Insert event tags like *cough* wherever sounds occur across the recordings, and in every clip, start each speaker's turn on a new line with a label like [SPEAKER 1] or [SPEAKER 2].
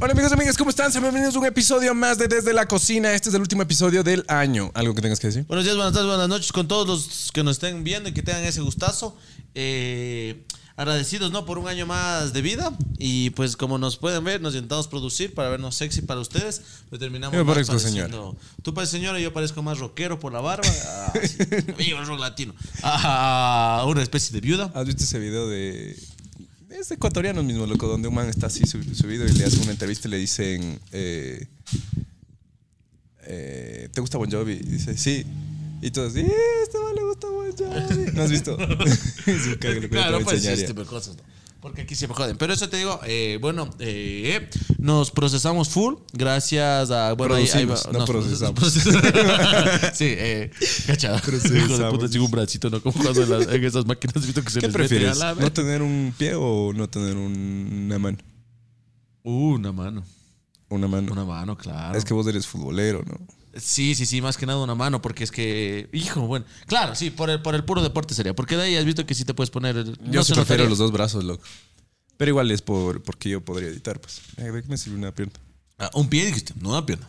[SPEAKER 1] Hola amigos y amigas, ¿cómo están? Sean bienvenidos a un episodio más de Desde la Cocina. Este es el último episodio del año. ¿Algo que tengas que decir?
[SPEAKER 2] Buenos días, buenas tardes, buenas noches con todos los que nos estén viendo y que tengan ese gustazo. Eh, agradecidos, ¿no? Por un año más de vida. Y pues como nos pueden ver, nos intentamos producir para vernos sexy para ustedes. Pero terminamos
[SPEAKER 1] Yo
[SPEAKER 2] más
[SPEAKER 1] parezco
[SPEAKER 2] pareciendo- Tú pareces señora y yo parezco más rockero por la barba. Ah, sí.
[SPEAKER 1] *laughs*
[SPEAKER 2] Viva el rock latino. Ah, una especie de viuda.
[SPEAKER 1] ¿Has visto ese video de... Es de ecuatorianos mismo, loco, donde un man está así sub- subido y le hacen una entrevista y le dicen... eh, eh, ¿Te gusta Bon Jovi? Y dice, sí. Y todos, "Sí, este man le gusta Bon Jovi. ¿No has *laughs* visto? Es un cague, loco, yo
[SPEAKER 2] Claro,
[SPEAKER 1] te
[SPEAKER 2] no
[SPEAKER 1] lo
[SPEAKER 2] puedes decir
[SPEAKER 1] enseñaría.
[SPEAKER 2] este tipo de cosas, ¿no? Porque aquí se me joden. Pero eso te digo, eh, bueno, eh, nos procesamos full gracias a... Bueno,
[SPEAKER 1] Producimos, no procesamos.
[SPEAKER 2] *laughs* procesamos. sí, eh, cachado.
[SPEAKER 1] *laughs* Procesamos.
[SPEAKER 2] Hijo de puta, tengo un bracito, ¿no? Como cuando en, las- en esas máquinas visto que se
[SPEAKER 1] ¿Qué
[SPEAKER 2] les
[SPEAKER 1] prefieres?
[SPEAKER 2] mete a la...
[SPEAKER 1] ¿No tener un pie o no tener un- una mano?
[SPEAKER 2] Uh, una mano.
[SPEAKER 1] Una mano.
[SPEAKER 2] Una mano, claro.
[SPEAKER 1] Es que vos eres futbolero, ¿no?
[SPEAKER 2] Sí, sí, sí, más que nada una mano, porque es que... Hijo, bueno. Claro, sí, por el, por el puro deporte sería. Porque de ahí has visto que sí te puedes poner...
[SPEAKER 1] Yo sí prefiero los dos brazos, loco. Pero igual es por, porque yo podría editar, pues. Eh, ¿De qué me sirve una pierna?
[SPEAKER 2] Ah, un pie dijiste, no una pierna.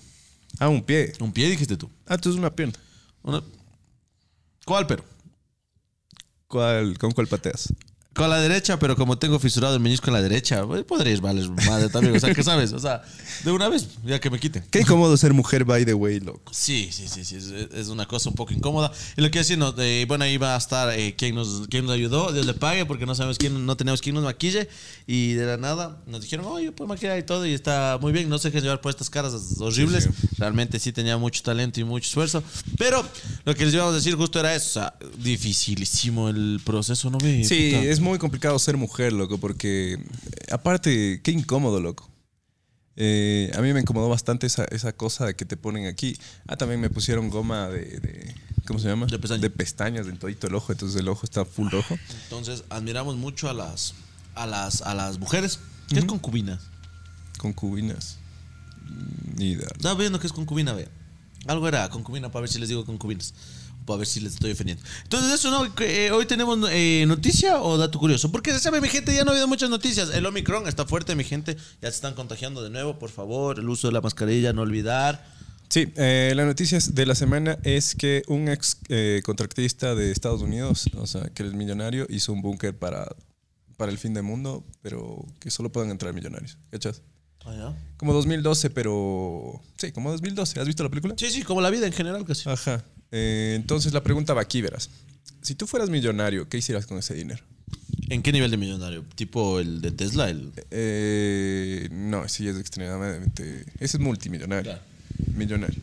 [SPEAKER 1] Ah, un pie.
[SPEAKER 2] Un pie dijiste tú.
[SPEAKER 1] Ah, tú es una pierna.
[SPEAKER 2] Una- ¿Cuál, pero?
[SPEAKER 1] ¿Cuál, ¿Con cuál pateas?
[SPEAKER 2] Con la derecha, pero como tengo fisurado el menisco en la derecha, pues, podríais valer madre también. O sea, ¿qué sabes? O sea, de una vez, ya que me quiten.
[SPEAKER 1] Qué incómodo ser mujer, by the way, loco.
[SPEAKER 2] Sí, sí, sí, sí. Es, es una cosa un poco incómoda. Y lo que decía, no, eh, bueno, ahí va a estar eh, quien, nos, quien nos ayudó. Dios le pague, porque no sabemos quién, no tenemos quién nos maquille. Y de la nada nos dijeron, oh, yo puedo maquillar y todo. Y está muy bien. No sé qué llevar por estas caras horribles. Realmente sí tenía mucho talento y mucho esfuerzo. Pero lo que les íbamos a decir justo era eso. O sea, dificilísimo el proceso, ¿no? ve?
[SPEAKER 1] Sí,
[SPEAKER 2] Puta.
[SPEAKER 1] es muy complicado ser mujer, loco, porque eh, aparte, qué incómodo, loco. Eh, a mí me incomodó bastante esa, esa cosa de que te ponen aquí. Ah, también me pusieron goma de... de- ¿Cómo se llama?
[SPEAKER 2] De pestañas.
[SPEAKER 1] De pestañas, del todito el ojo. Entonces el ojo está full rojo.
[SPEAKER 2] Entonces, admiramos mucho a las a las a las mujeres. ¿Qué es concubina?
[SPEAKER 1] Concubinas. Mm, Ni idea.
[SPEAKER 2] Estaba viendo que es concubina, vea. Algo era concubina para ver si les digo concubinas. O para ver si les estoy ofendiendo. Entonces, eso no, Que, eh, hoy tenemos eh, noticia o dato curioso. Porque se sabe, mi gente, ya no ha habido muchas noticias. El Omicron está fuerte, mi gente. Ya se están contagiando de nuevo, por favor. El uso de la mascarilla, no olvidar.
[SPEAKER 1] Sí, eh, la noticia de la semana es que un ex eh, contractista de Estados Unidos, o sea, que él es millonario, hizo un búnker para, para el fin del mundo, pero que solo puedan entrar millonarios. ¿Cachas?
[SPEAKER 2] Ah, ¿ya?
[SPEAKER 1] Como 2012, pero. Sí, como 2012. ¿Has visto la película?
[SPEAKER 2] Sí, sí, como la vida en general casi.
[SPEAKER 1] Ajá. Eh, entonces la pregunta va aquí, verás. Si tú fueras millonario, ¿qué hicieras con ese dinero?
[SPEAKER 2] ¿En qué nivel de millonario? ¿Tipo el de Tesla? El...
[SPEAKER 1] Eh, no, sí, es extremadamente. Ese es multimillonario.
[SPEAKER 2] Claro.
[SPEAKER 1] Millonario.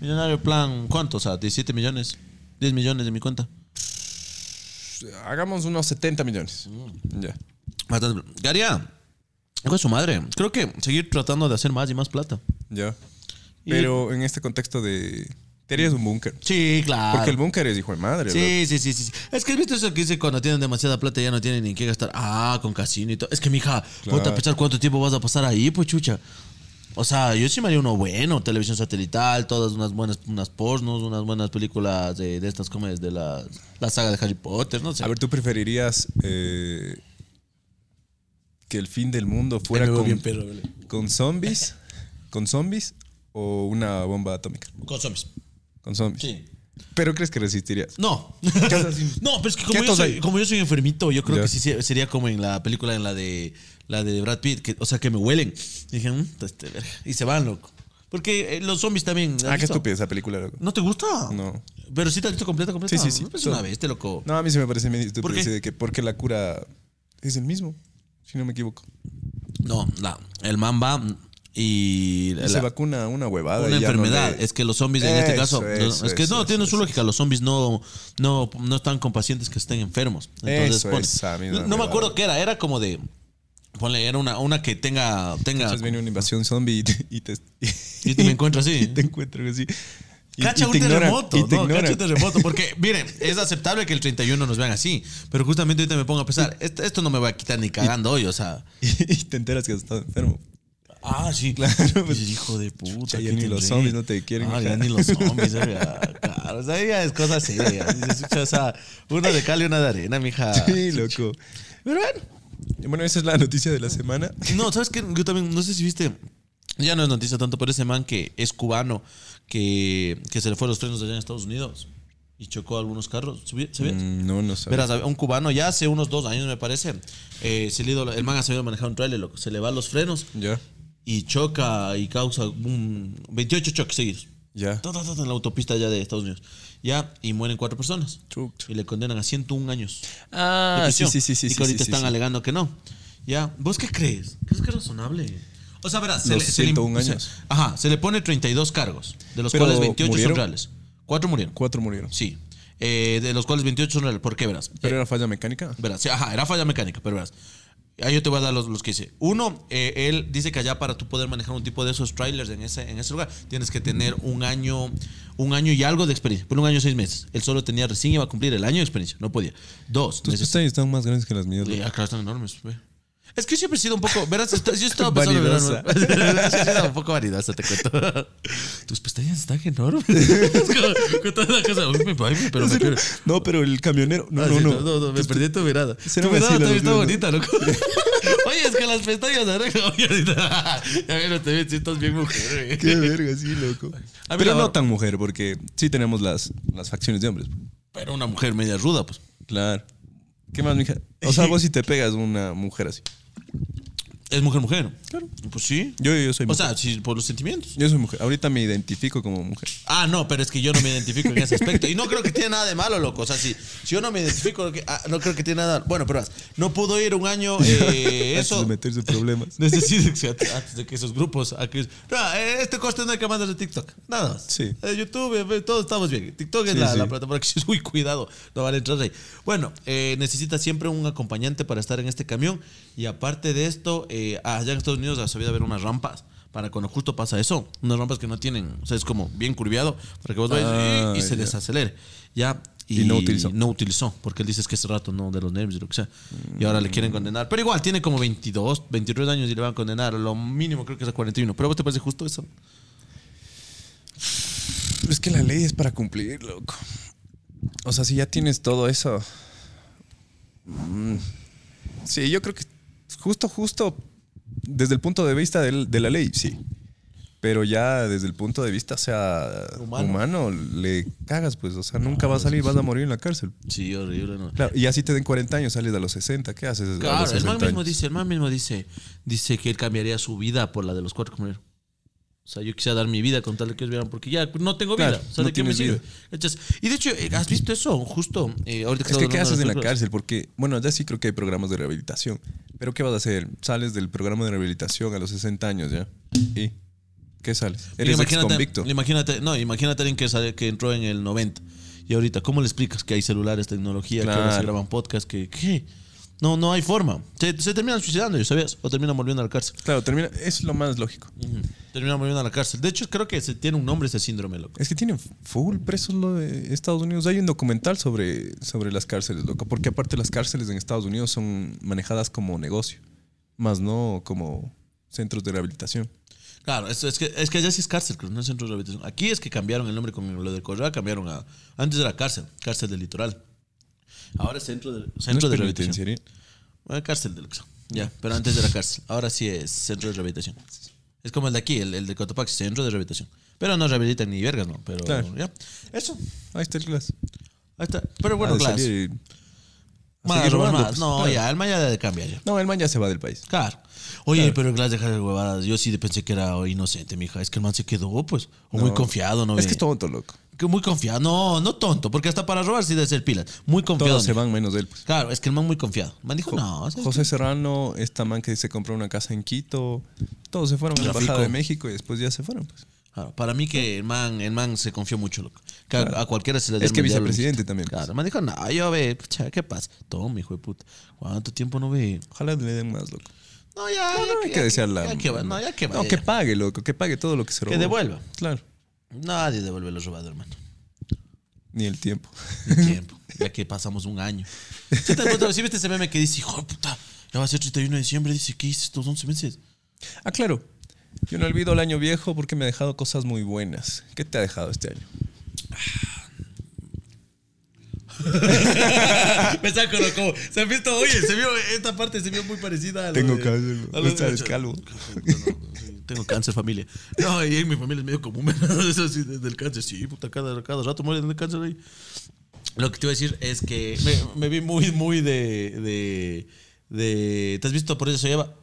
[SPEAKER 2] Millonario plan, ¿cuánto? O sea, 17 millones. 10 millones de mi cuenta.
[SPEAKER 1] Pues, Hagamos unos 70 millones. Ya.
[SPEAKER 2] Bastante. Garia, hijo de su madre. Creo que seguir tratando de hacer más y más plata.
[SPEAKER 1] Ya.
[SPEAKER 2] Y-
[SPEAKER 1] Pero en este contexto de. Te harías un búnker.
[SPEAKER 2] Sí, claro.
[SPEAKER 1] Porque el búnker es hijo de madre.
[SPEAKER 2] Sí, sí, sí, sí, sí. Es que has visto eso que dice cuando tienen demasiada plata ya no tienen ni en qué gastar. Ah, con casino y todo. Es que, mija, ponte a pensar cuánto tiempo vas a pasar ahí, pues chucha. O sea, yo sí me haría uno bueno, televisión satelital, todas unas buenas, unas pornos, unas buenas películas de, de estas, como es? De la, la saga de Harry Potter, no sé.
[SPEAKER 1] A ver, ¿tú preferirías eh, que el fin del mundo fuera
[SPEAKER 2] Me veo
[SPEAKER 1] con,
[SPEAKER 2] bien perro, vale.
[SPEAKER 1] con zombies? ¿Con zombies? ¿O una bomba atómica?
[SPEAKER 2] Con zombies.
[SPEAKER 1] Con zombies.
[SPEAKER 2] Sí.
[SPEAKER 1] ¿Pero crees que resistirías?
[SPEAKER 2] No. *laughs* no, pero es que como yo,
[SPEAKER 1] Quietos
[SPEAKER 2] soy,
[SPEAKER 1] ahí.
[SPEAKER 2] como yo soy enfermito, yo creo
[SPEAKER 1] Ya.
[SPEAKER 2] que sí se- sería como en la película, en la de la de Brad Pitt, que, o sea, que me huelen. Y dije, "Mm, este, verga", y se van, loco. Porque eh, los zombies también. ¿has
[SPEAKER 1] Ah, qué
[SPEAKER 2] visto?
[SPEAKER 1] estúpida esa película, loco.
[SPEAKER 2] ¿No te gusta?
[SPEAKER 1] No.
[SPEAKER 2] Pero sí te has visto completa, completa. pues
[SPEAKER 1] Sí, sí, sí.
[SPEAKER 2] Es una bestia, loco.
[SPEAKER 1] No, a mí se me parece medio estúpido.
[SPEAKER 2] ¿Por qué?
[SPEAKER 1] ese de que porque la cura es el mismo, si no me equivoco.
[SPEAKER 2] No, la- el man va y.
[SPEAKER 1] Y se
[SPEAKER 2] la-
[SPEAKER 1] vacuna una huevada.
[SPEAKER 2] una
[SPEAKER 1] y ya no
[SPEAKER 2] enfermedad.
[SPEAKER 1] le-
[SPEAKER 2] es que los zombies en este
[SPEAKER 1] Eso,
[SPEAKER 2] caso. no,
[SPEAKER 1] eso,
[SPEAKER 2] es que
[SPEAKER 1] eso,
[SPEAKER 2] no,
[SPEAKER 1] eso,
[SPEAKER 2] tiene
[SPEAKER 1] eso.
[SPEAKER 2] su lógica. Los zombies no, no, no están con pacientes que estén enfermos. Entonces,
[SPEAKER 1] Eso,
[SPEAKER 2] pone-
[SPEAKER 1] esa misma
[SPEAKER 2] no, me
[SPEAKER 1] huevada.
[SPEAKER 2] acuerdo qué era. Era como de. Ponle, era una, una que tenga. tenga
[SPEAKER 1] Entonces viene una invasión zombie y te, y te,
[SPEAKER 2] y
[SPEAKER 1] *laughs*
[SPEAKER 2] te me encuentro así.
[SPEAKER 1] y te encuentran así. Y-
[SPEAKER 2] Cacha
[SPEAKER 1] y
[SPEAKER 2] un
[SPEAKER 1] te ignoran,
[SPEAKER 2] terremoto,
[SPEAKER 1] y te
[SPEAKER 2] no, cacha
[SPEAKER 1] ignoran.
[SPEAKER 2] un terremoto, porque miren, es aceptable que el 31 nos vean así, pero justamente ahorita me pongo a pensar, esto, esto no me va a quitar ni cagando hoy, o sea.
[SPEAKER 1] *laughs* y te enteras que has estado enfermo.
[SPEAKER 2] Ah,
[SPEAKER 1] *laughs*
[SPEAKER 2] sí, claro. Hijo de puta.
[SPEAKER 1] Chucha, ya
[SPEAKER 2] ¿qué
[SPEAKER 1] ni los
[SPEAKER 2] tendré?
[SPEAKER 1] zombies no te quieren,
[SPEAKER 2] Ah,
[SPEAKER 1] hija.
[SPEAKER 2] ya
[SPEAKER 1] *laughs*
[SPEAKER 2] ni los zombies. oiga, claro, o sea, ya es cosa seria. Dices, chucha, O sea, una de cal y una de arena, mija.
[SPEAKER 1] Sí, loco.
[SPEAKER 2] Ah, Pero bueno.
[SPEAKER 1] Bueno, esa es la noticia de la semana.
[SPEAKER 2] No, ¿sabes qué? Yo también, no sé si viste Ya no es noticia tanto por ese man que es cubano, que, que se le fue los frenos allá en Estados Unidos y chocó algunos carros. ¿Sabías? ¿Sabías?
[SPEAKER 1] Mm, No, no sé.
[SPEAKER 2] Verás, un cubano ya hace unos dos años, me parece, eh, se le dio- el man ha sabido manejar un trailer, loco. se le van los frenos
[SPEAKER 1] Ya,
[SPEAKER 2] y choca y causa un 28 choques seguidos.
[SPEAKER 1] ya.
[SPEAKER 2] Ta, ta, ta, ta, En la autopista allá de Estados Unidos. Ya, y mueren cuatro personas.
[SPEAKER 1] Chuta.
[SPEAKER 2] Y le condenan a 101 años. de
[SPEAKER 1] Ah, sí,
[SPEAKER 2] prisión.
[SPEAKER 1] sí, sí, sí.
[SPEAKER 2] Y
[SPEAKER 1] sí,
[SPEAKER 2] que ahorita
[SPEAKER 1] sí,
[SPEAKER 2] están
[SPEAKER 1] sí.
[SPEAKER 2] alegando que no. Ya, ¿vos qué crees? ¿Crees que es razonable? O sea, verás, se
[SPEAKER 1] Los
[SPEAKER 2] le, se le-
[SPEAKER 1] 101
[SPEAKER 2] se-
[SPEAKER 1] años.
[SPEAKER 2] ajá, se le pone 32 cargos, de los
[SPEAKER 1] Pero,
[SPEAKER 2] cuales 28
[SPEAKER 1] ¿murieron?
[SPEAKER 2] son reales. Cuatro murieron.
[SPEAKER 1] Cuatro murieron.
[SPEAKER 2] Sí. Eh, de los cuales 28 son reales. ¿Por qué, verás?
[SPEAKER 1] ¿Pero era falla mecánica?
[SPEAKER 2] Verás, sí, ajá, era falla mecánica, pero verás. Ahí yo te voy a dar los, los que hice. Uno, eh, él dice que allá para tú poder manejar un tipo de esos trailers en ese, en ese lugar, tienes que tener un año, un año y algo de experiencia. Por un año y seis meses. Él solo tenía recién iba a cumplir el año de experiencia. No podía. Dos,
[SPEAKER 1] Tus
[SPEAKER 2] neces-
[SPEAKER 1] pestañas están más grandes que las mías.
[SPEAKER 2] Eh,
[SPEAKER 1] loco.
[SPEAKER 2] acá están enormes. ve. Es que yo siempre he sido un poco. Verás, esto- yo estaba pensando.
[SPEAKER 1] Vanidosa.
[SPEAKER 2] verás, yo he sido un poco vanidosa, te cuento. *laughs* Tus pestañas están enormes. *laughs* Con toda la cosa. Uy, me- ay, pero me quiero-
[SPEAKER 1] No, pero el camionero. No,
[SPEAKER 2] Ah,
[SPEAKER 1] no,
[SPEAKER 2] sí,
[SPEAKER 1] no.
[SPEAKER 2] me perdí tu mirada.
[SPEAKER 1] sí,
[SPEAKER 2] tu
[SPEAKER 1] no me
[SPEAKER 2] mirada
[SPEAKER 1] hacía
[SPEAKER 2] también
[SPEAKER 1] la
[SPEAKER 2] está
[SPEAKER 1] luz,
[SPEAKER 2] bonita, loco. *laughs* Oye, es que las pestañas de oreja, *laughs* oye, ahorita. Ya vieron, te ves, sí, estás bien mujer. güey.
[SPEAKER 1] Qué verga, sí, loco.
[SPEAKER 2] Ah, mira,
[SPEAKER 1] Pero
[SPEAKER 2] ahora-
[SPEAKER 1] no tan mujer, porque sí tenemos las, las facciones de hombres.
[SPEAKER 2] Pero una mujer media ruda, pues.
[SPEAKER 1] Claro. ¿Qué más, mija? O
[SPEAKER 2] *laughs*
[SPEAKER 1] sea, vos si te pegas una mujer así.
[SPEAKER 2] Es mujer, mujer. Claro. Pues sí.
[SPEAKER 1] Yo, yo soy
[SPEAKER 2] O
[SPEAKER 1] mujer.
[SPEAKER 2] sea, sí, por los sentimientos.
[SPEAKER 1] yo soy mujer. Ahorita me identifico como mujer.
[SPEAKER 2] Ah, no, pero es que yo no me identifico en ese aspecto. Y no creo que tiene nada de malo, loco. O sea, si, si yo no me identifico, lo que- ah, no creo que tiene nada. Bueno, pero verás, no pudo ir
[SPEAKER 1] *laughs*
[SPEAKER 2] un año eh,
[SPEAKER 1] Antes
[SPEAKER 2] eso.
[SPEAKER 1] de meterse en problemas. *laughs*
[SPEAKER 2] *laughs* Necesito que sea- antes de que esos grupos. a que- no, eh, este coste no hay que mandarle TikTok. Nada más.
[SPEAKER 1] Sí.
[SPEAKER 2] Eh, YouTube, eh, todos estamos bien. TikTok es
[SPEAKER 1] Sí,
[SPEAKER 2] la,
[SPEAKER 1] sí.
[SPEAKER 2] la plataforma que *laughs* es muy cuidado. No vale entrar ahí. Bueno, eh, necesita siempre un acompañante para estar en este camión. Y aparte de esto, eh, allá en Estados Unidos ha sabido haber unas rampas. Para cuando justo pasa eso, unas rampas que no tienen, o sea, es como bien curviado, para que vos vayas
[SPEAKER 1] Ah,
[SPEAKER 2] eh, y
[SPEAKER 1] ya.
[SPEAKER 2] se desacelere. Ya,
[SPEAKER 1] Y no utilizó.
[SPEAKER 2] no utilizó, porque él dice es que ese rato no, de los nervios y lo que sea. Y ahora le quieren condenar. Pero igual, tiene como 22, 23 años y le van a condenar. Lo mínimo creo que es a 41. Pero ¿a vos te parece justo eso?
[SPEAKER 1] Pero es que la ley es para cumplir, loco. O sea, si ya tienes todo eso. Mm. Sí, yo creo que justo, justo, desde el punto de vista del- de la ley, sí. Pero ya desde el punto de vista, o sea,
[SPEAKER 2] Humano.
[SPEAKER 1] humano, le cagas, pues. O sea, nunca vas a salir, vas a morir en la cárcel.
[SPEAKER 2] Sí, horrible. ¿no?
[SPEAKER 1] Claro, y así te den 40 años, sales a los 60. ¿Qué haces? a los
[SPEAKER 2] Claro, el
[SPEAKER 1] 60
[SPEAKER 2] man mismo
[SPEAKER 1] años?
[SPEAKER 2] dice, el man mismo dice, dice que él cambiaría su vida por la de los cuatro que murieron. O sea, yo quisiera dar mi vida con tal de que ellos vieran, porque ya no tengo vida.
[SPEAKER 1] Claro,
[SPEAKER 2] o sea,
[SPEAKER 1] no
[SPEAKER 2] ¿de qué me
[SPEAKER 1] tienes
[SPEAKER 2] sirve?
[SPEAKER 1] vida.
[SPEAKER 2] Entonces, y de hecho, eh, ¿has visto eso? Justo, eh, ahorita
[SPEAKER 1] Es que, ¿qué
[SPEAKER 2] estamos hablando
[SPEAKER 1] haces
[SPEAKER 2] de
[SPEAKER 1] en la
[SPEAKER 2] las películas.
[SPEAKER 1] cárcel? Porque, bueno, ya sí creo que hay programas de rehabilitación. Pero, ¿qué vas a hacer? Sales del programa de rehabilitación a los 60 años ya. ¿Y qué sales? Eres ex convicto.
[SPEAKER 2] Imagínate, no, imagínate alguien que, sale- que entró en el 90 y ahorita, ¿cómo le explicas que hay celulares, tecnología, que ahora se
[SPEAKER 1] Claro.
[SPEAKER 2] graban podcasts, que qué? No, no hay forma. Se, se terminan suicidando, ¿sabías? O terminan volviendo a la cárcel.
[SPEAKER 1] Claro, termina. Es lo más lógico.
[SPEAKER 2] Terminan volviendo a la cárcel. De hecho, creo que se tiene un nombre ese síndrome, loco.
[SPEAKER 1] Es que tienen full presos lo de Estados Unidos. Hay un documental sobre, sobre las cárceles, loco. Porque aparte las cárceles en Estados Unidos son manejadas como negocio, más no como centros de rehabilitación.
[SPEAKER 2] Claro, es, es que, es que allá sí es cárcel, creo, no es centro de rehabilitación. Aquí es que cambiaron el nombre con lo de Correa, cambiaron a. Antes era cárcel, cárcel del litoral. Ahora es centro de,
[SPEAKER 1] No
[SPEAKER 2] centro
[SPEAKER 1] es
[SPEAKER 2] de rehabilitación.
[SPEAKER 1] penitenciaría.
[SPEAKER 2] Bueno, Ah, cárcel del Oxxo. Ya, pero antes era cárcel. Ahora sí es centro de rehabilitación. Es como el de aquí, el, el de Cotopaxi, centro de rehabilitación. Pero no rehabilitan ni vergas, ¿no? Pero
[SPEAKER 1] Claro.
[SPEAKER 2] ya. Eso.
[SPEAKER 1] Ahí está el glass.
[SPEAKER 2] Ahí está. Pero bueno,
[SPEAKER 1] Ha de
[SPEAKER 2] Glass.
[SPEAKER 1] salir y- a
[SPEAKER 2] Más,
[SPEAKER 1] seguir robando,
[SPEAKER 2] más.
[SPEAKER 1] pues,
[SPEAKER 2] No,
[SPEAKER 1] claro.
[SPEAKER 2] ya, el Maya de cambia ya.
[SPEAKER 1] No, el man ya se va del país.
[SPEAKER 2] Claro. Oye, pero Glass deja de huevadas. Yo sí pensé que era inocente, mija. Es que el man se quedó, pues. O muy
[SPEAKER 1] No.
[SPEAKER 2] confiado, ¿no?
[SPEAKER 1] Es
[SPEAKER 2] ve?
[SPEAKER 1] que es tonto, loco.
[SPEAKER 2] Que Muy confiado. No, no tonto, porque hasta para robar sí debe ser pilas. Muy confiado.
[SPEAKER 1] Todos se
[SPEAKER 2] mija.
[SPEAKER 1] van menos él. pues.
[SPEAKER 2] Claro, es que el man muy confiado. El man dijo, no, o sea,
[SPEAKER 1] José Serrano, esta man que se compró una casa en Quito. Todos se fueron a la
[SPEAKER 2] Traficó.
[SPEAKER 1] Embajada de México y después ya se fueron. Pues.
[SPEAKER 2] Claro, para mí que el man, el man se confió mucho, loco. Que a- A cualquiera se le da
[SPEAKER 1] Es
[SPEAKER 2] el
[SPEAKER 1] que
[SPEAKER 2] mundial,
[SPEAKER 1] vicepresidente
[SPEAKER 2] loco.
[SPEAKER 1] también, pues.
[SPEAKER 2] Claro, el man dijo, no, yo ve, pucha, ¿qué pasa? Toma, hijo de puta. ¿Cuánto tiempo no ve?
[SPEAKER 1] Ojalá le den más, loco.
[SPEAKER 2] No, ya,
[SPEAKER 1] No,
[SPEAKER 2] ya
[SPEAKER 1] no hay que
[SPEAKER 2] ya
[SPEAKER 1] desearla.
[SPEAKER 2] Ya que va, no, ya que va.
[SPEAKER 1] No,
[SPEAKER 2] ya.
[SPEAKER 1] que pague, loco. Que pague todo lo que se robó.
[SPEAKER 2] Que devuelva.
[SPEAKER 1] Claro.
[SPEAKER 2] Nadie devuelve lo robado, hermano.
[SPEAKER 1] Ni el tiempo. *laughs*
[SPEAKER 2] Ni tiempo. ya que pasamos un año. ¿Sí te acuerdas? ¿Sí viste ese meme que dice, hijo de puta, ya va a ser 31 de diciembre? Dice, ¿qué hice estos
[SPEAKER 1] *laughs*
[SPEAKER 2] 11 meses?
[SPEAKER 1] Ah, claro. Yo no olvido el año viejo porque me ha dejado cosas muy buenas. ¿Qué te ha dejado este año?
[SPEAKER 2] Me saco como. Se ha visto, oye, se vio, esta parte se vio muy parecida a lo
[SPEAKER 1] Tengo
[SPEAKER 2] de-
[SPEAKER 1] cáncer,
[SPEAKER 2] a lo
[SPEAKER 1] no
[SPEAKER 2] de-
[SPEAKER 1] sabes, calvo.
[SPEAKER 2] Hijo de puta, no, sí. tengo cáncer, familia. No, y en mi familia es medio común, Eso así, de- del cáncer. Sí, puta, cada, cada rato mueren de cáncer ahí. Lo que te iba a decir es que me, me vi muy, muy de, de, de- ¿Te has visto por eso se lleva?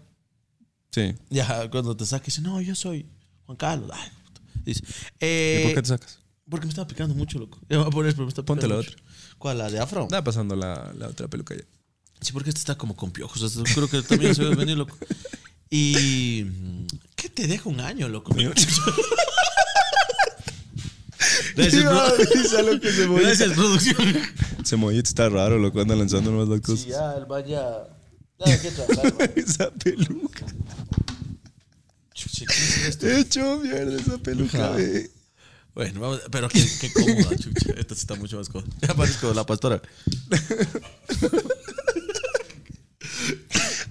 [SPEAKER 1] Sí.
[SPEAKER 2] Ya, cuando te saca, dice, no, yo soy Juan Carlos. Ay, puta. Dice,
[SPEAKER 1] ¿Y
[SPEAKER 2] eh,
[SPEAKER 1] por qué te sacas?
[SPEAKER 2] Porque me estaba picando mucho, loco. Ya me voy a poner, pero me está picando
[SPEAKER 1] Ponte la
[SPEAKER 2] mucho. ¿Cuál? ¿La de afro?
[SPEAKER 1] Estaba pasando la, la otra peluca ya.
[SPEAKER 2] *laughs* Sí, porque este está como con piojos. o sea, Creo que también se debe venir, loco. Y. mm, ¿Qué te deja un año, loco? Gracias, pro- *laughs* Gracias, producción.
[SPEAKER 1] Ese mojito está raro, loco. Anda lanzando nuevas locos.
[SPEAKER 2] ya, el vaya. Ya, ¿qué trabajar,
[SPEAKER 1] *laughs* esa peluca. He hecho mierda esa peluca,
[SPEAKER 2] Ajá.
[SPEAKER 1] ve.
[SPEAKER 2] Bueno, vamos, pero qué, qué cómoda, chucha. Esta sí está mucho más cómoda. Ya parezco la pastora.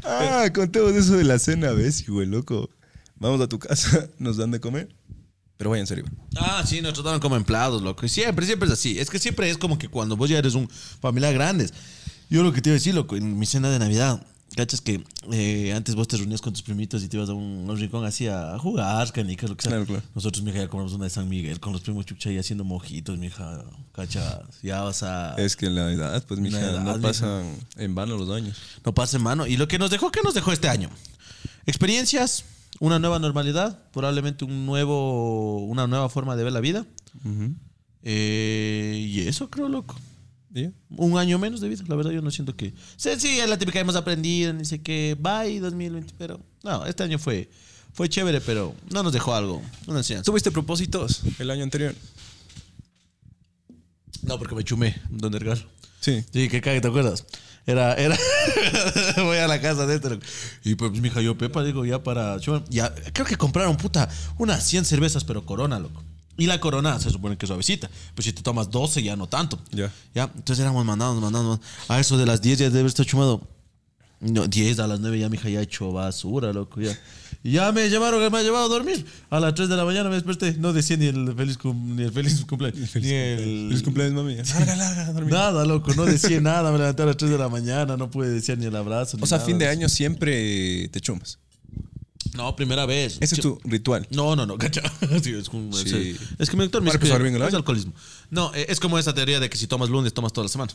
[SPEAKER 1] Ah, contemos eso de la cena, ves, güey, loco. Vamos a tu casa, *laughs* nos dan de comer. Pero vayan serio.
[SPEAKER 2] Ah, sí, nos trataron como empleados, loco. Y Siempre, siempre es así. Es que siempre es como que cuando vos ya eres un familia grande. Yo lo que te iba a decir, loco, en mi cena de Navidad, cachas que eh, antes vos te reunías con tus primitos y te ibas a un, a un rincón así a jugar, canicas, lo que sea.
[SPEAKER 1] Claro, claro.
[SPEAKER 2] Nosotros, mija, ya compramos una de San Miguel con los primos chucha y haciendo mojitos, mija. Cachas, ya vas a...
[SPEAKER 1] Es que en la edad, pues, mija,
[SPEAKER 2] Ah. La edad,
[SPEAKER 1] no
[SPEAKER 2] mija.
[SPEAKER 1] pasan en vano los años.
[SPEAKER 2] No pase mano. Y lo que nos dejó, ¿qué nos dejó este año? Experiencias, una nueva normalidad, probablemente un nuevo, una nueva forma de ver la vida. Eh, y eso creo, loco.
[SPEAKER 1] ¿Ya?
[SPEAKER 2] Un año menos de vida, la verdad yo no siento que... Sí, sí, es la típica hemos aprendido, ni sé qué, bye 2020, pero... No, este año fue, fue chévere, pero no nos dejó algo, una enseñanza.
[SPEAKER 1] ¿Tuviste propósitos el año anterior?
[SPEAKER 2] No, porque me chumé, don Delgado.
[SPEAKER 1] Sí.
[SPEAKER 2] Sí, que cague, ¿te acuerdas? Era, era, *laughs* voy a la casa de este. loco. Y pues mija, yo Pepa, digo, ya para. yo- ya, creo que compraron, puta, unas 100 cervezas, pero corona, loco. Y la corona se supone que es suavecita. Pues si te tomas 12, ya no tanto.
[SPEAKER 1] Ya.
[SPEAKER 2] Ya, entonces éramos mandados, mandados. mandados. A eso de las 10 ya debe estar chumado. No, 10 a las 9 ya, mija, ya he hecho basura, loco, ya. Y Ya me llevaron, me ha llevado a dormir. A las 3 de la mañana me desperté. No decía ni el feliz, cum- ni el feliz cumpleaños. *laughs* ni el-
[SPEAKER 1] Feliz cumpleaños, mami. Larga, larga, dormí.
[SPEAKER 2] Nada, loco, no decía nada, me levanté a las 3 de la mañana, no pude decir ni el abrazo.
[SPEAKER 1] O sea, fin de año siempre te chumas.
[SPEAKER 2] No, primera vez.
[SPEAKER 1] Ese es tu ritual.
[SPEAKER 2] No, no, *laughs* no, cacha. Sí, es, un-
[SPEAKER 1] Sí.
[SPEAKER 2] es- es que mi doctor me
[SPEAKER 1] Para
[SPEAKER 2] dice
[SPEAKER 1] empezar
[SPEAKER 2] que
[SPEAKER 1] bien el
[SPEAKER 2] no es
[SPEAKER 1] año.
[SPEAKER 2] alcoholismo. No, eh, es como esa teoría de que si tomas lunes, tomas toda la semana.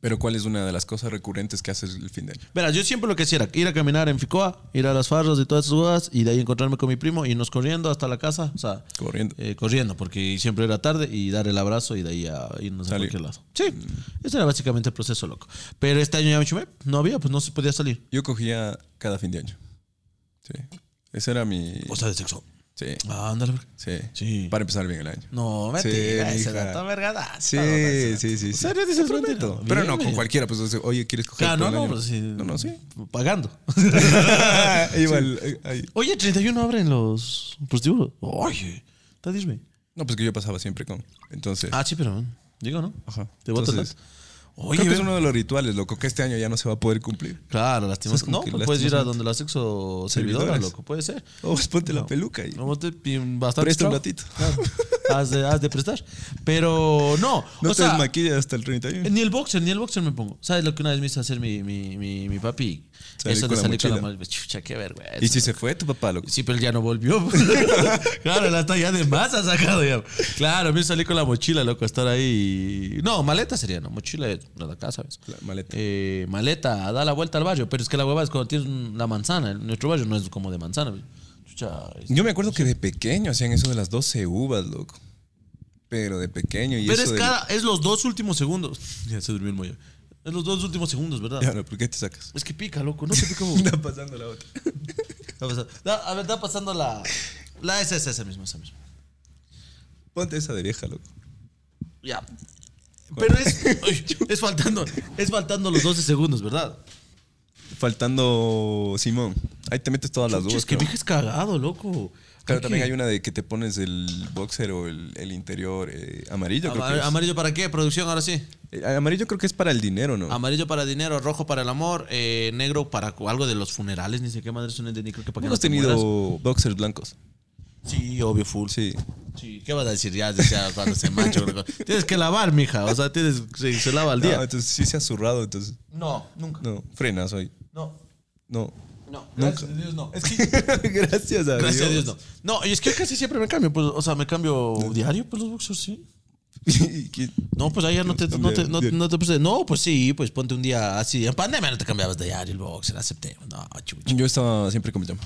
[SPEAKER 1] Pero ¿cuál es una de las cosas recurrentes que haces el fin de año?
[SPEAKER 2] Verás, yo siempre lo que hacía era ir a caminar en Ficoa, ir a las farras y todas esas cosas, y de ahí encontrarme con mi primo, irnos corriendo hasta la casa, o sea,
[SPEAKER 1] Corriendo.
[SPEAKER 2] eh, corriendo, porque siempre era tarde, y dar el abrazo y de ahí a irnos
[SPEAKER 1] Salir.
[SPEAKER 2] a cualquier lado. Sí, ese era básicamente el proceso, loco. Pero este año ya me chumé, no había, pues no se podía salir.
[SPEAKER 1] Yo cogía cada fin de año. Sí. Ese era mi...
[SPEAKER 2] O sea, de sexo.
[SPEAKER 1] Sí,
[SPEAKER 2] Ah, ándale, verga.
[SPEAKER 1] sí.
[SPEAKER 2] Sí.
[SPEAKER 1] Para empezar bien el año.
[SPEAKER 2] No,
[SPEAKER 1] Sí,
[SPEAKER 2] mentira, ese
[SPEAKER 1] mija.
[SPEAKER 2] dato vergada.
[SPEAKER 1] Sí, sí, sí. sí.
[SPEAKER 2] serio dices
[SPEAKER 1] Te prometo.
[SPEAKER 2] mentira?
[SPEAKER 1] Pero
[SPEAKER 2] Bien,
[SPEAKER 1] no, con
[SPEAKER 2] bien.
[SPEAKER 1] cualquiera. Pues, o sea, oye, ¿quieres coger
[SPEAKER 2] Claro,
[SPEAKER 1] todo
[SPEAKER 2] no,
[SPEAKER 1] el
[SPEAKER 2] no,
[SPEAKER 1] año? *laughs*
[SPEAKER 2] pero sí.
[SPEAKER 1] No, no, sí.
[SPEAKER 2] Pagando. *laughs*
[SPEAKER 1] Igual, eh, ahí.
[SPEAKER 2] Oye, 31 abren los prostíbulos. Oye, está disme.
[SPEAKER 1] No, pues que yo pasaba siempre con. Entonces,
[SPEAKER 2] Ah, sí, pero digo, ¿no?
[SPEAKER 1] ajá.
[SPEAKER 2] Te botas
[SPEAKER 1] Entonces,
[SPEAKER 2] Oye,
[SPEAKER 1] creo que es
[SPEAKER 2] ve-
[SPEAKER 1] uno de los rituales, loco, que este año ya no se va a poder cumplir.
[SPEAKER 2] claro,
[SPEAKER 1] *laughs*
[SPEAKER 2] lastimos.
[SPEAKER 1] Es como
[SPEAKER 2] No,
[SPEAKER 1] que
[SPEAKER 2] pues puedes ir a
[SPEAKER 1] lastimosamente.
[SPEAKER 2] donde la sexo servidora,
[SPEAKER 1] Servidoras.
[SPEAKER 2] loco, puede ser.
[SPEAKER 1] Oh, pues ponte la
[SPEAKER 2] No.
[SPEAKER 1] peluca y
[SPEAKER 2] No, vos te pim, bastante
[SPEAKER 1] presta un
[SPEAKER 2] chao.
[SPEAKER 1] ratito. *laughs*
[SPEAKER 2] Claro. Has de, has de prestar. Pero no,
[SPEAKER 1] No
[SPEAKER 2] o
[SPEAKER 1] te
[SPEAKER 2] sea,
[SPEAKER 1] desmaquillas hasta el 31.
[SPEAKER 2] Ni el boxer, ni el boxer me pongo. ¿Sabes lo que una vez me hizo hacer mi, mi, mi, mi papi?
[SPEAKER 1] Salir
[SPEAKER 2] Eso
[SPEAKER 1] con
[SPEAKER 2] de
[SPEAKER 1] la
[SPEAKER 2] salir con la
[SPEAKER 1] mochila.
[SPEAKER 2] mano. Chucha, qué vergüenza.
[SPEAKER 1] Y si se fue tu papá, loco.
[SPEAKER 2] Sí, pero él ya no volvió. *laughs* claro, la talla de más ha sacado ya. Claro, me hizo salir con la mochila, loco, estar ahí. No, maleta sería, no. Mochila es la de acá, ¿sabes?
[SPEAKER 1] La maleta.
[SPEAKER 2] Eh, maleta, da la vuelta al barrio. Pero es que la hueva es cuando tienes una manzana. En nuestro barrio no es como de manzana. Chucha. es-
[SPEAKER 1] Yo me acuerdo que de pequeño hacían eso de las 12 uvas, loco. Pero de pequeño y
[SPEAKER 2] Pero
[SPEAKER 1] eso
[SPEAKER 2] es,
[SPEAKER 1] del-
[SPEAKER 2] cada, es los dos últimos segundos. *laughs* ya se durmió el moyo. Es los dos últimos segundos, ¿verdad?
[SPEAKER 1] *laughs* Ya, no, ¿por qué te sacas?
[SPEAKER 2] Es que pica, loco. No te pica como.
[SPEAKER 1] Está pasando la otra.
[SPEAKER 2] Está pasando. Da- a ver, está pasando la. La esa, esa, esa misma, esa misma.
[SPEAKER 1] Ponte esa de vieja, loco.
[SPEAKER 2] Ya. Pero
[SPEAKER 1] *laughs*
[SPEAKER 2] es. uy, es faltando. Es faltando los 12 segundos, ¿verdad?
[SPEAKER 1] Faltando Simón. Ahí te metes todas las
[SPEAKER 2] Chucha,
[SPEAKER 1] uvas.
[SPEAKER 2] es que
[SPEAKER 1] creo.
[SPEAKER 2] vieja es cagado, loco.
[SPEAKER 1] Claro, también hay
[SPEAKER 2] un.
[SPEAKER 1] una de que te pones el boxer o el, el interior eh, amarillo, creo que es.
[SPEAKER 2] ¿Amarillo para qué? Producción, ahora sí.
[SPEAKER 1] Eh, amarillo creo que es para el dinero, ¿no?
[SPEAKER 2] Amarillo para dinero, rojo para el amor, eh, negro para cu- algo de los funerales, ni sé qué madre es un creo que para que
[SPEAKER 1] ¿No has
[SPEAKER 2] te
[SPEAKER 1] tenido
[SPEAKER 2] mueras.
[SPEAKER 1] boxers blancos?
[SPEAKER 2] Sí, obvio, full.
[SPEAKER 1] Sí.
[SPEAKER 2] Sí, ¿qué vas a decir? Ya, ya cuando se mancha. bro. tienes que lavar, mija. O sea, tienes, se, se lava al
[SPEAKER 1] No,
[SPEAKER 2] día.
[SPEAKER 1] entonces sí se ha zurrado, entonces.
[SPEAKER 2] No, nunca.
[SPEAKER 1] No, frenas hoy.
[SPEAKER 2] *laughs* No.
[SPEAKER 1] No.
[SPEAKER 2] No,
[SPEAKER 1] Nunca.
[SPEAKER 2] gracias a Dios no.
[SPEAKER 1] Es que gracias a Dios.
[SPEAKER 2] Gracias a Dios no. No, y es que casi siempre me cambio, pues, o sea, me cambio diario, pues los boxers sí.
[SPEAKER 1] Y que-
[SPEAKER 2] No, pues allá no te, no te, no, no te puse- No, pues sí, pues ponte un día así. En pandemia no te cambiabas de diario el boxer, acepté. No, chucha.
[SPEAKER 1] *laughs* Yo estaba siempre con pijama.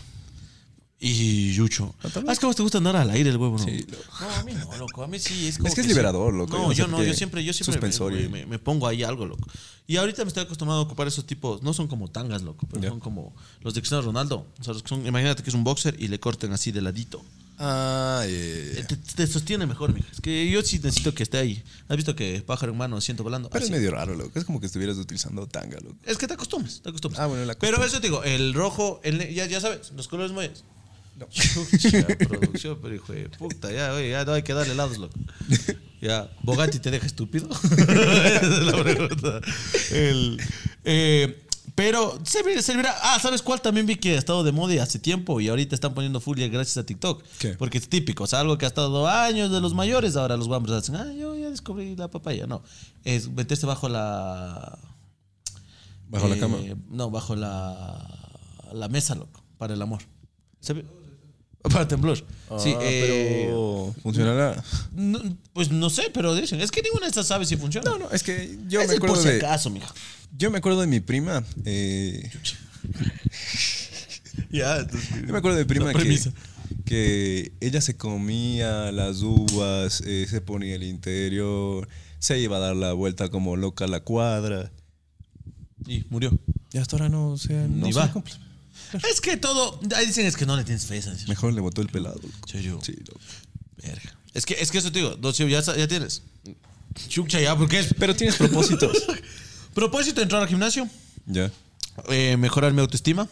[SPEAKER 2] Y Yucho. Ah, es que a vos te gusta andar al aire el huevo, ¿no?
[SPEAKER 1] Sí,
[SPEAKER 2] No, a mí no, loco. A mí sí. Es, como
[SPEAKER 1] Es que es
[SPEAKER 2] sí.
[SPEAKER 1] liberador, loco, o
[SPEAKER 2] No,
[SPEAKER 1] sea,
[SPEAKER 2] yo no.
[SPEAKER 1] porque
[SPEAKER 2] Yo siempre, yo siempre me-
[SPEAKER 1] suspensorio.
[SPEAKER 2] Me, me- me pongo ahí algo, loco. Y ahorita me estoy acostumbrado a ocupar esos tipos. No son como tangas, loco, pero
[SPEAKER 1] Ya.
[SPEAKER 2] son como los de Cristiano Ronaldo. O sea, los que son, imagínate que es un boxer y le corten así de ladito.
[SPEAKER 1] Ah, eh,
[SPEAKER 2] Te, te sostiene mejor, mija. Es que yo sí necesito que esté ahí. ¿Has visto que pájaro en mano siento volando?
[SPEAKER 1] Pero es
[SPEAKER 2] Así.
[SPEAKER 1] medio raro, loco. Es como que estuvieras utilizando tanga, loco.
[SPEAKER 2] Es que te acostumbras, te acostumbras.
[SPEAKER 1] Ah, bueno, la
[SPEAKER 2] Pero
[SPEAKER 1] costumbre.
[SPEAKER 2] eso te digo, el rojo, el ne- ya, ya sabes, los colores mayas.
[SPEAKER 1] No. *laughs*
[SPEAKER 2] Chucha, producción, pero hijo de puta, ya, oye, ya no hay que darle lados, loco. Ya, Bogatti te deja estúpido. *laughs* Esa es la pregunta. El, eh, pero servirá, servirá. Ah, ¿sabes cuál? También vi que ha estado de moda y hace tiempo y ahorita están poniendo full y gracias a TikTok.
[SPEAKER 1] ¿Qué?
[SPEAKER 2] Porque es típico, o sea, algo que ha estado años de los mayores, ahora los guambres hacen, ah, yo ya descubrí la papaya. No, es meterse bajo la...
[SPEAKER 1] Bajo la
[SPEAKER 2] Eh,
[SPEAKER 1] cama.
[SPEAKER 2] No, bajo la, la mesa, loco, para el amor. ¿Sabe? Para temblor. sí,
[SPEAKER 1] Ah,
[SPEAKER 2] eh,
[SPEAKER 1] pero funcionará.
[SPEAKER 2] no, pues no sé, pero dicen, es que ninguna de estas sabe si funciona.
[SPEAKER 1] No, no, es que yo
[SPEAKER 2] es
[SPEAKER 1] me
[SPEAKER 2] el
[SPEAKER 1] acuerdo
[SPEAKER 2] por si
[SPEAKER 1] de
[SPEAKER 2] acaso, mija.
[SPEAKER 1] yo me acuerdo de mi prima, eh,
[SPEAKER 2] Ya,
[SPEAKER 1] yo me acuerdo de mi prima
[SPEAKER 2] La
[SPEAKER 1] que,
[SPEAKER 2] premisa.
[SPEAKER 1] que ella se comía las uvas, eh, se ponía el interior, se iba a dar la vuelta como loca a la cuadra.
[SPEAKER 2] Y murió.
[SPEAKER 1] Y hasta ahora no, o sea, no
[SPEAKER 2] Ni
[SPEAKER 1] se
[SPEAKER 2] va.
[SPEAKER 1] le cumple.
[SPEAKER 2] Es que todo. Ahí dicen es que no le tienes fe, dicen.
[SPEAKER 1] Mejor le botó el pelado. loco.
[SPEAKER 2] serio?
[SPEAKER 1] Sí, loco.
[SPEAKER 2] Verga. Es que, es que eso te digo, Docio, ya, sa- ya tienes. Chucha, ya, porque es.
[SPEAKER 1] Pero tienes
[SPEAKER 2] *laughs*
[SPEAKER 1] propósitos.
[SPEAKER 2] Propósito: entrar al gimnasio,
[SPEAKER 1] ya.
[SPEAKER 2] eh, mejorar mi autoestima